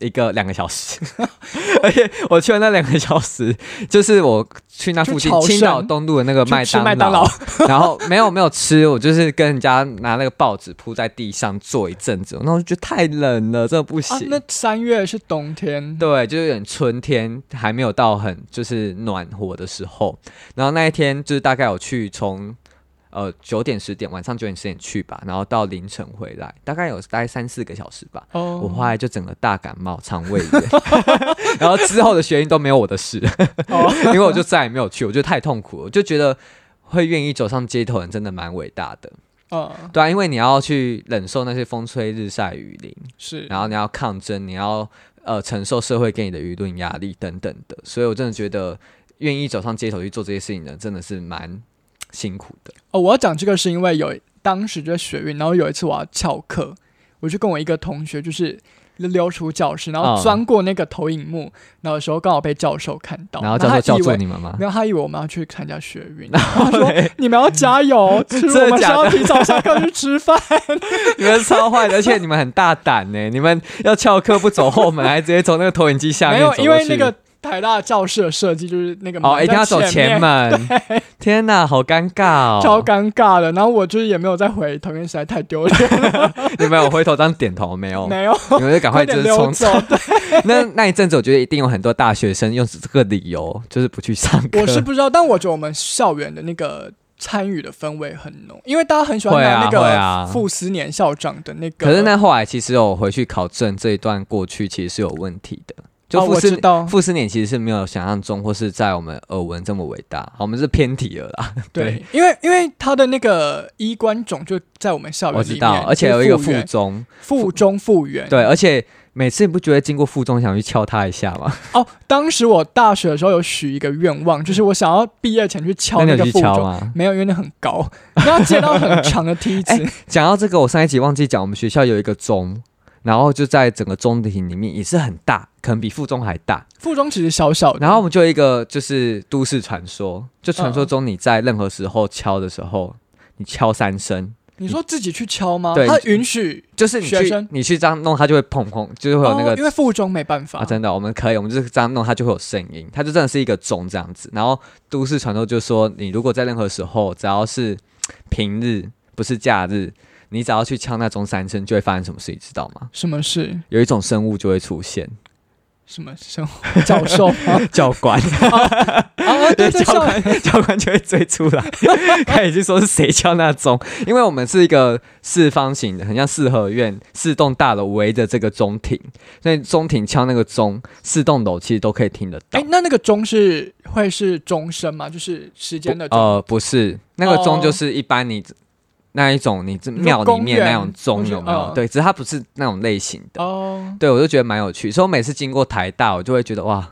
[SPEAKER 1] 一个两个小 时，而且我去了那两个小时，就是我去那附近
[SPEAKER 2] 去朝圣
[SPEAKER 1] 青岛东路的那个麦
[SPEAKER 2] 去吃
[SPEAKER 1] 当
[SPEAKER 2] 麦当劳
[SPEAKER 1] 劳， 然后没有没有吃，我就是跟人家拿那个报纸铺在地上坐一阵子，然后我就觉得太冷了，这不
[SPEAKER 2] 啊
[SPEAKER 1] 行。，
[SPEAKER 2] 那三月是冬天，
[SPEAKER 1] 对，就是有点春天，还没有到很就是暖和的时候。然后那一天就是大概有去从呃九点十点晚上九点十点去吧，然后到凌晨回来，大概有大概三四个小时吧。
[SPEAKER 2] 哦，
[SPEAKER 1] 我后来就整个大感冒、肠胃炎， 然后之后的学运都没有我的事，
[SPEAKER 2] 哦，
[SPEAKER 1] 因为我就再也没有去，我觉得太痛苦了，我就觉得会愿意走上街头的人真的蛮伟大的，
[SPEAKER 2] 嗯，
[SPEAKER 1] 对啊，因为你要去忍受那些风吹日晒雨淋，
[SPEAKER 2] 是，
[SPEAKER 1] 然后你要抗争，你要呃承受社会给你的舆论压力等等的，所以我真的觉得愿意走上街头去做这些事情的，真的是蛮辛苦的。
[SPEAKER 2] 哦，我要讲这个是因为有当时就在学运，然后有一次我要翘课，我就跟我一个同学就是溜出教室，然后
[SPEAKER 1] 嗯
[SPEAKER 2] 钻过那个投影幕，然后有时候刚好被教授看到，
[SPEAKER 1] 然后
[SPEAKER 2] 哦
[SPEAKER 1] 教授
[SPEAKER 2] 他
[SPEAKER 1] 叫
[SPEAKER 2] 以
[SPEAKER 1] 住
[SPEAKER 2] 为
[SPEAKER 1] 你们吗？
[SPEAKER 2] 没有，他以为我们要去参加学 运，然后他说你们要加油，其实我
[SPEAKER 1] 真的
[SPEAKER 2] 们是
[SPEAKER 1] 假
[SPEAKER 2] 要
[SPEAKER 1] 的
[SPEAKER 2] 提早下课去吃 饭。
[SPEAKER 1] 你们超坏的，而且你们很大胆呢、你们要翘课不走后门，还直接从那个投影机下
[SPEAKER 2] 没
[SPEAKER 1] 面
[SPEAKER 2] 有，
[SPEAKER 1] 走
[SPEAKER 2] 因
[SPEAKER 1] 过
[SPEAKER 2] 为
[SPEAKER 1] 去
[SPEAKER 2] 那个台大教室的设计就是那个
[SPEAKER 1] 哦，
[SPEAKER 2] 门
[SPEAKER 1] 一定要走
[SPEAKER 2] 在前
[SPEAKER 1] 前
[SPEAKER 2] 面，
[SPEAKER 1] 门。天哪，好尴尬哦！
[SPEAKER 2] 超尴尬的。然后我就是也没有再回头，因为实在太丢脸，
[SPEAKER 1] 你们有回头这样点头没有？
[SPEAKER 2] 没有，
[SPEAKER 1] 你们就赶快
[SPEAKER 2] 快
[SPEAKER 1] 就是
[SPEAKER 2] 点溜
[SPEAKER 1] 冲
[SPEAKER 2] 走。
[SPEAKER 1] 那那一阵子，我觉得一定有很多大学生用这个理由，就是不去上课。
[SPEAKER 2] 我是不知道，但我觉得我们校园的那个参与的氛围很浓，因为大家很喜欢
[SPEAKER 1] 会
[SPEAKER 2] 拿
[SPEAKER 1] 啊
[SPEAKER 2] 那
[SPEAKER 1] 会
[SPEAKER 2] 个
[SPEAKER 1] 啊
[SPEAKER 2] 傅斯年校长的那个。
[SPEAKER 1] 可是那后来其实我回去考证这一段过去其实是有问题的，就
[SPEAKER 2] 哦
[SPEAKER 1] 傅
[SPEAKER 2] 我
[SPEAKER 1] 斯
[SPEAKER 2] 知道，
[SPEAKER 1] 傅斯年 其实是没有想象中或是在我们耳闻这么伟大，好我们是偏题了啦。
[SPEAKER 2] 对，因为因为他的那个衣冠冢就在我们校园
[SPEAKER 1] 我
[SPEAKER 2] 里面，
[SPEAKER 1] 知道，而且有一个
[SPEAKER 2] 就是
[SPEAKER 1] 附
[SPEAKER 2] 复原
[SPEAKER 1] 中，
[SPEAKER 2] 附中复原，
[SPEAKER 1] 对，而且每次你不觉得经过附中想去敲他一下吗？
[SPEAKER 2] 哦，当时我大学的时候有许一个愿望，就是我想要毕业前去 敲
[SPEAKER 1] 那
[SPEAKER 2] 那
[SPEAKER 1] 你有
[SPEAKER 2] 个
[SPEAKER 1] 去
[SPEAKER 2] 附
[SPEAKER 1] 敲
[SPEAKER 2] 中，
[SPEAKER 1] 吗？
[SPEAKER 2] 没有，因为那很高，你要接到很长的梯子
[SPEAKER 1] 哎。讲到这个，我上一集忘记讲，我们学校有一个中，然后就在整个中庭里面也是很大，可能比附中还大。
[SPEAKER 2] 附中其实小小的，
[SPEAKER 1] 然后我们就有一个就是都市传说，就传说
[SPEAKER 2] 嗯
[SPEAKER 1] 中你在任何时候敲的时候，你敲三声。
[SPEAKER 2] 你说自己去敲吗？
[SPEAKER 1] 对
[SPEAKER 2] 他允许
[SPEAKER 1] 就是你
[SPEAKER 2] 学生
[SPEAKER 1] 去你去这样弄，它就会砰砰，就是会有那
[SPEAKER 2] 哦
[SPEAKER 1] 个、
[SPEAKER 2] 因为附中没办法
[SPEAKER 1] 啊，真的，我们可以，我们就是这样弄，它就会有声音，它就真的是一个钟这样子。然后都市传说就说，你如果在任何时候，只要是平日不是假日，你只要去敲那钟三声，就会发生什么事，你知道吗？
[SPEAKER 2] 什么事？
[SPEAKER 1] 有一种生物就会出现，
[SPEAKER 2] 什么生活教授吗？
[SPEAKER 1] 教官，
[SPEAKER 2] 啊，对对，
[SPEAKER 1] 教
[SPEAKER 2] 校园
[SPEAKER 1] 官，教官就会追出来， 开始去说是谁敲那钟，因为我们是一个四方形的，很像四合院，四栋大楼围着这个中庭，所以中庭敲那个钟，四栋楼其实都可以听得到
[SPEAKER 2] 哎。，那那个钟是会是钟声吗？就是时间的钟。
[SPEAKER 1] 呃，不是，那个
[SPEAKER 2] 哦
[SPEAKER 1] 钟就是一般你那一种你这
[SPEAKER 2] 你说
[SPEAKER 1] 庙里面
[SPEAKER 2] 公园
[SPEAKER 1] 那种钟有没
[SPEAKER 2] 或
[SPEAKER 1] 有
[SPEAKER 2] 是？
[SPEAKER 1] 对，只是它不是那种类型的。
[SPEAKER 2] 哦，
[SPEAKER 1] 对，我就觉得蛮有趣，所以我每次经过台大，我就会觉得哇，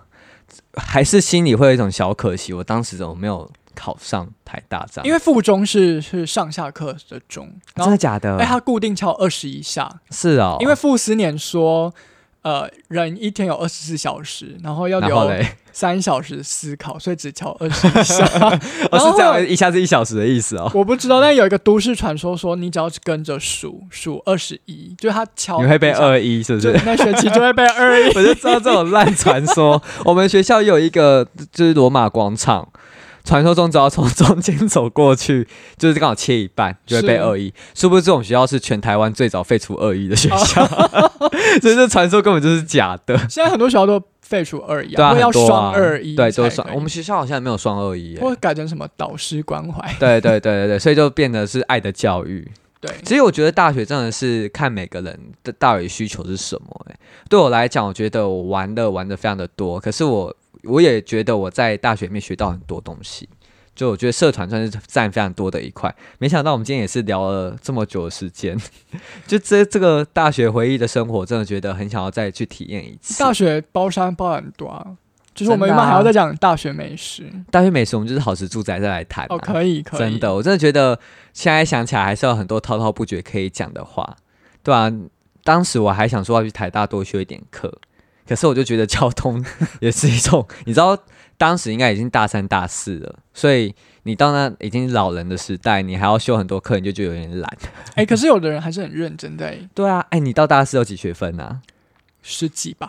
[SPEAKER 1] 还是心里会有一种小可惜，我当时怎么没有考上台大这样？
[SPEAKER 2] 因为附中是是上下课的钟，然
[SPEAKER 1] 真
[SPEAKER 2] 后
[SPEAKER 1] 的假的？
[SPEAKER 2] 哎，他固定敲二十一下，
[SPEAKER 1] 是啊哦，
[SPEAKER 2] 因为傅斯年说，呃，人一天有二十四小时，然后要
[SPEAKER 1] 然后
[SPEAKER 2] 留
[SPEAKER 1] 嘞，
[SPEAKER 2] 三小时思考，所以只敲二十一 下。
[SPEAKER 1] 哦
[SPEAKER 2] 然后
[SPEAKER 1] 是这
[SPEAKER 2] 会有
[SPEAKER 1] 样，一下子一小时的意思哦。
[SPEAKER 2] 我不知道，但有一个都市传说说，你只要跟着数数二十哦一，就是他敲，
[SPEAKER 1] 你会被，二一是不？。
[SPEAKER 2] 就是那学期就会被二一
[SPEAKER 1] 我就知道这种烂传说。我们学校有一个 就是罗马广场，传说中只要从中间走过去， 就是刚好切一半就会被
[SPEAKER 2] 是
[SPEAKER 1] 恶意。殊不知我们学校是全台湾最早废除恶意的学 校，所以这传说根本就是假的。
[SPEAKER 2] 现在很多学校都废除二一、
[SPEAKER 1] 对啊，
[SPEAKER 2] 或要
[SPEAKER 1] 很多啊
[SPEAKER 2] 双二一，
[SPEAKER 1] 对，都双。我们。学校好像没有双二一耶。
[SPEAKER 2] 或改成什么导师关怀？
[SPEAKER 1] 对对对对对，所以就变得是爱的教育。
[SPEAKER 2] 对，
[SPEAKER 1] 其实我觉得大学真的是看每个人的到底需求是什么、欸。对我来讲，我觉得我玩的玩的非常的多，可是我我也觉得我在大学里面学到很多东西。就我觉得社团算是占非常多的一块，没想到我们今天也是聊了这么久的时间， 就这这个大学回忆的生活，真的觉得很想要再去体验一次。
[SPEAKER 2] 大学包山包很多啊，就是我们
[SPEAKER 1] 真
[SPEAKER 2] 原
[SPEAKER 1] 的
[SPEAKER 2] 本
[SPEAKER 1] 啊
[SPEAKER 2] 还要再讲大学美食。
[SPEAKER 1] 大学美食，我们就是好吃住宅再来谈、啊。
[SPEAKER 2] 哦，可以，可以，
[SPEAKER 1] 真的，我真的觉得现在想起来还是有很多滔滔不绝可以讲的话，对啊，当时我还想说要去台大多修一点课，可是我就觉得交通也是一种，你知道，当时应该已经大三大四了，所以你到那已经老人的时代，你还要修很多课，你就觉得有点懒。
[SPEAKER 2] 哎、可是有的人还是很认真在
[SPEAKER 1] 对啊，哎，你到大四有几学分啊？
[SPEAKER 2] 十几吧，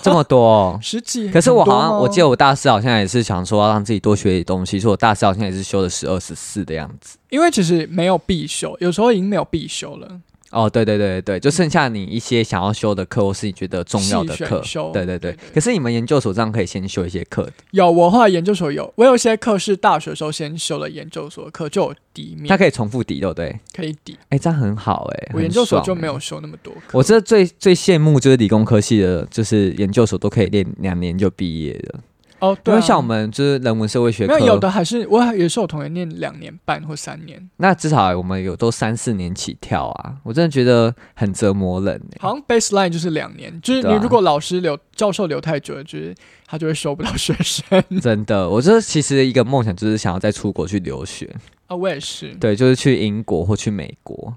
[SPEAKER 1] 这么多哦、
[SPEAKER 2] 十几。
[SPEAKER 1] 可是我好像，我记
[SPEAKER 2] 得
[SPEAKER 1] 得我大四好像也是想说要让自己多学点东西，所以我大四好像也是修了十二十四的样子。
[SPEAKER 2] 因为其实没有必修，有时候已经没有必修了，
[SPEAKER 1] 哦，对对对对对，就剩下你一些想要修的课，或是你觉得重要的
[SPEAKER 2] 系选
[SPEAKER 1] 课。
[SPEAKER 2] 修
[SPEAKER 1] 对对对。可是你们研究所这样可以先修一些课，
[SPEAKER 2] 有我后来研究所有，我有些课是大学的时候先修了研究所的课，就有底
[SPEAKER 1] 它
[SPEAKER 2] 面
[SPEAKER 1] 可以重复抵，对不对？
[SPEAKER 2] 可以抵。
[SPEAKER 1] 哎，这样很好哎、
[SPEAKER 2] 我
[SPEAKER 1] 很
[SPEAKER 2] 研究所
[SPEAKER 1] 爽
[SPEAKER 2] 就
[SPEAKER 1] 哎
[SPEAKER 2] 没有修那么多课，
[SPEAKER 1] 我这最最羡慕就是理工科系的，就是研究所都可以练两年就毕业了。
[SPEAKER 2] 哦，
[SPEAKER 1] 因
[SPEAKER 2] 对、
[SPEAKER 1] 为
[SPEAKER 2] 啊，
[SPEAKER 1] 像我们就是人文社会学
[SPEAKER 2] 没
[SPEAKER 1] 科，
[SPEAKER 2] 有有的还是我也是有同学念两年半或三年，
[SPEAKER 1] 那至少我们有都三四年起跳啊，我真的觉得很折磨人、欸。
[SPEAKER 2] 好像 baseline 就是两年，就是
[SPEAKER 1] 对
[SPEAKER 2] 你
[SPEAKER 1] 啊
[SPEAKER 2] 如果老师留、教授留太久了，就是他就会收不到学 生
[SPEAKER 1] 真的，我这其实一个梦想就是想要再出国去留学，
[SPEAKER 2] 啊。我也是，
[SPEAKER 1] 对，就是去英国或去美国。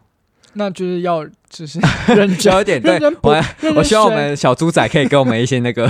[SPEAKER 2] 那就是要就是 认真
[SPEAKER 1] 有一点对
[SPEAKER 2] 认真补
[SPEAKER 1] 我，
[SPEAKER 2] 认
[SPEAKER 1] 我
[SPEAKER 2] 真
[SPEAKER 1] 希望我
[SPEAKER 2] 学
[SPEAKER 1] 们小猪仔可以给我们一些那个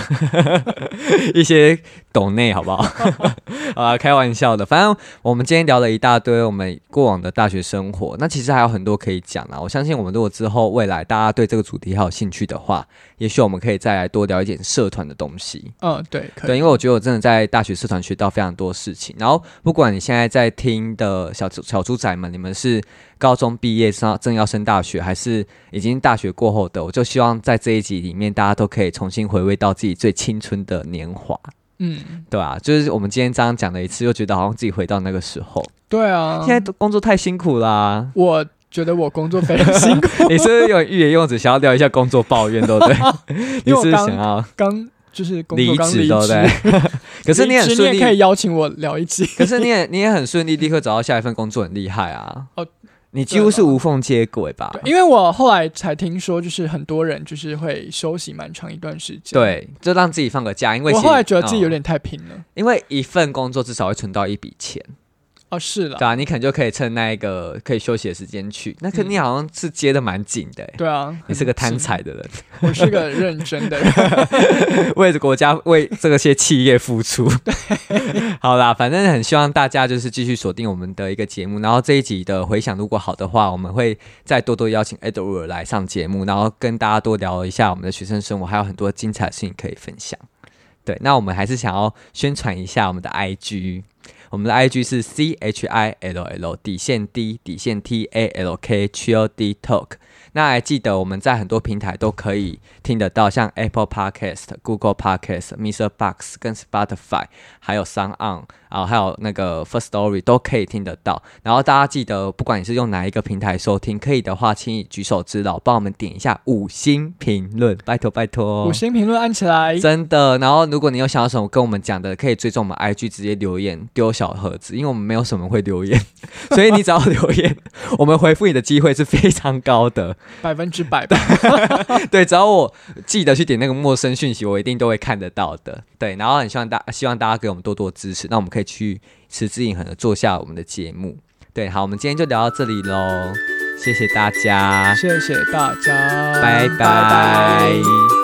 [SPEAKER 1] 一些懂内，好不好？ 啊，开玩笑的。反正我们今天聊了一大堆我们过往的大学生活，那其实还有很多可以讲啦。我相信我们如果之后未来大家对这个主题还有兴趣的话，也许我们可以再来多聊一点社团的东西。
[SPEAKER 2] 嗯，对，可
[SPEAKER 1] 对，
[SPEAKER 2] 以，
[SPEAKER 1] 因为我觉得我真的在大学社团学到非常多事情。然后，不管你现在在听的小猪小猪仔们，你们是高中毕业上正要升大学，还是已经大学过后的，我就希望在这一集里面，大家都可以重新回味到自己最青春的年华，
[SPEAKER 2] 嗯，
[SPEAKER 1] 对啊，就是我们今天这样讲了一次，又觉得好像自己回到那个时候。
[SPEAKER 2] 对啊，
[SPEAKER 1] 现在都工作太辛苦啦、
[SPEAKER 2] 我觉得我工作非常 辛苦，
[SPEAKER 1] 你是不是有欲言又止，想要聊一下工作抱怨，对不 对？你
[SPEAKER 2] 因为我
[SPEAKER 1] 是不是
[SPEAKER 2] 刚
[SPEAKER 1] 想要
[SPEAKER 2] 刚就是工
[SPEAKER 1] 离
[SPEAKER 2] 作刚
[SPEAKER 1] 职，
[SPEAKER 2] 离
[SPEAKER 1] 对不对
[SPEAKER 2] 职，？
[SPEAKER 1] 可是你很
[SPEAKER 2] 离职
[SPEAKER 1] 顺
[SPEAKER 2] 你
[SPEAKER 1] 利
[SPEAKER 2] 也可以邀请我聊一 集。
[SPEAKER 1] 可是你也你也很顺利，立刻找到下一份工作，很厉害啊！
[SPEAKER 2] 哦
[SPEAKER 1] 哦，你几乎是无缝接轨吧？
[SPEAKER 2] 对因为我后来才听说，就是很多人就是会休息蛮长一段时间。，
[SPEAKER 1] 对，就让自己放个假，因为
[SPEAKER 2] 我
[SPEAKER 1] 其实
[SPEAKER 2] 后来觉得自己有、
[SPEAKER 1] 嗯
[SPEAKER 2] 点太拼了。
[SPEAKER 1] 因为一份工作至少会存到一笔钱，
[SPEAKER 2] 哦，是了
[SPEAKER 1] 对，啊，你可能就可以趁那一个可以休息的时间去。那可
[SPEAKER 2] 嗯
[SPEAKER 1] 你好像是接的蛮紧的、欸，
[SPEAKER 2] 对啊，
[SPEAKER 1] 你是个贪
[SPEAKER 2] 很
[SPEAKER 1] 财的人，
[SPEAKER 2] 紧，我是个认 真的人。
[SPEAKER 1] 为着国家为这些企业付出。 好啦，反正很希望大家就是继续锁定我们的一个节目，然后这一集的回响如果好的话，我们会再多多邀请 Edward 来上节目，然后跟大家多聊一下我们的学生生活，还有很多精彩的事情可以分享。对，那我们还是想要宣传一下我们的 IG，我们的 IG 是 C H I L L 底线 D 底线 T A L K Chill D Talk。那还记得我们在很多平台都可以听得到，像 Apple Podcast、Google Podcast、Mr. Box 跟 Spotify，还有 Sound On，然后还有那个 First Story 都可以听得到。然后大家记得，不管你是用哪一个平台收听，可以的话，请以举手之劳帮我们点一下五星评论，拜托拜托，
[SPEAKER 2] 五星评论按起来，
[SPEAKER 1] 真的。然后如果你有想要什么跟我们讲的，可以追踪我们 IG 直接留言丢小盒子，因为我们没有什么会留言， 所以你只要留言， 我们回复你的机会是非常高的。
[SPEAKER 2] 百分之百吧。
[SPEAKER 1] 对，只要我记得去点那个陌生讯息，我一定都会看得到的。对，然后很希望大希望大家给我们多多支持，那我们可以去持之以恒的做下我们的节目。对，好，我们今天就聊到这里喽，谢谢大家，
[SPEAKER 2] 谢谢大家，
[SPEAKER 1] 拜拜。
[SPEAKER 2] 拜拜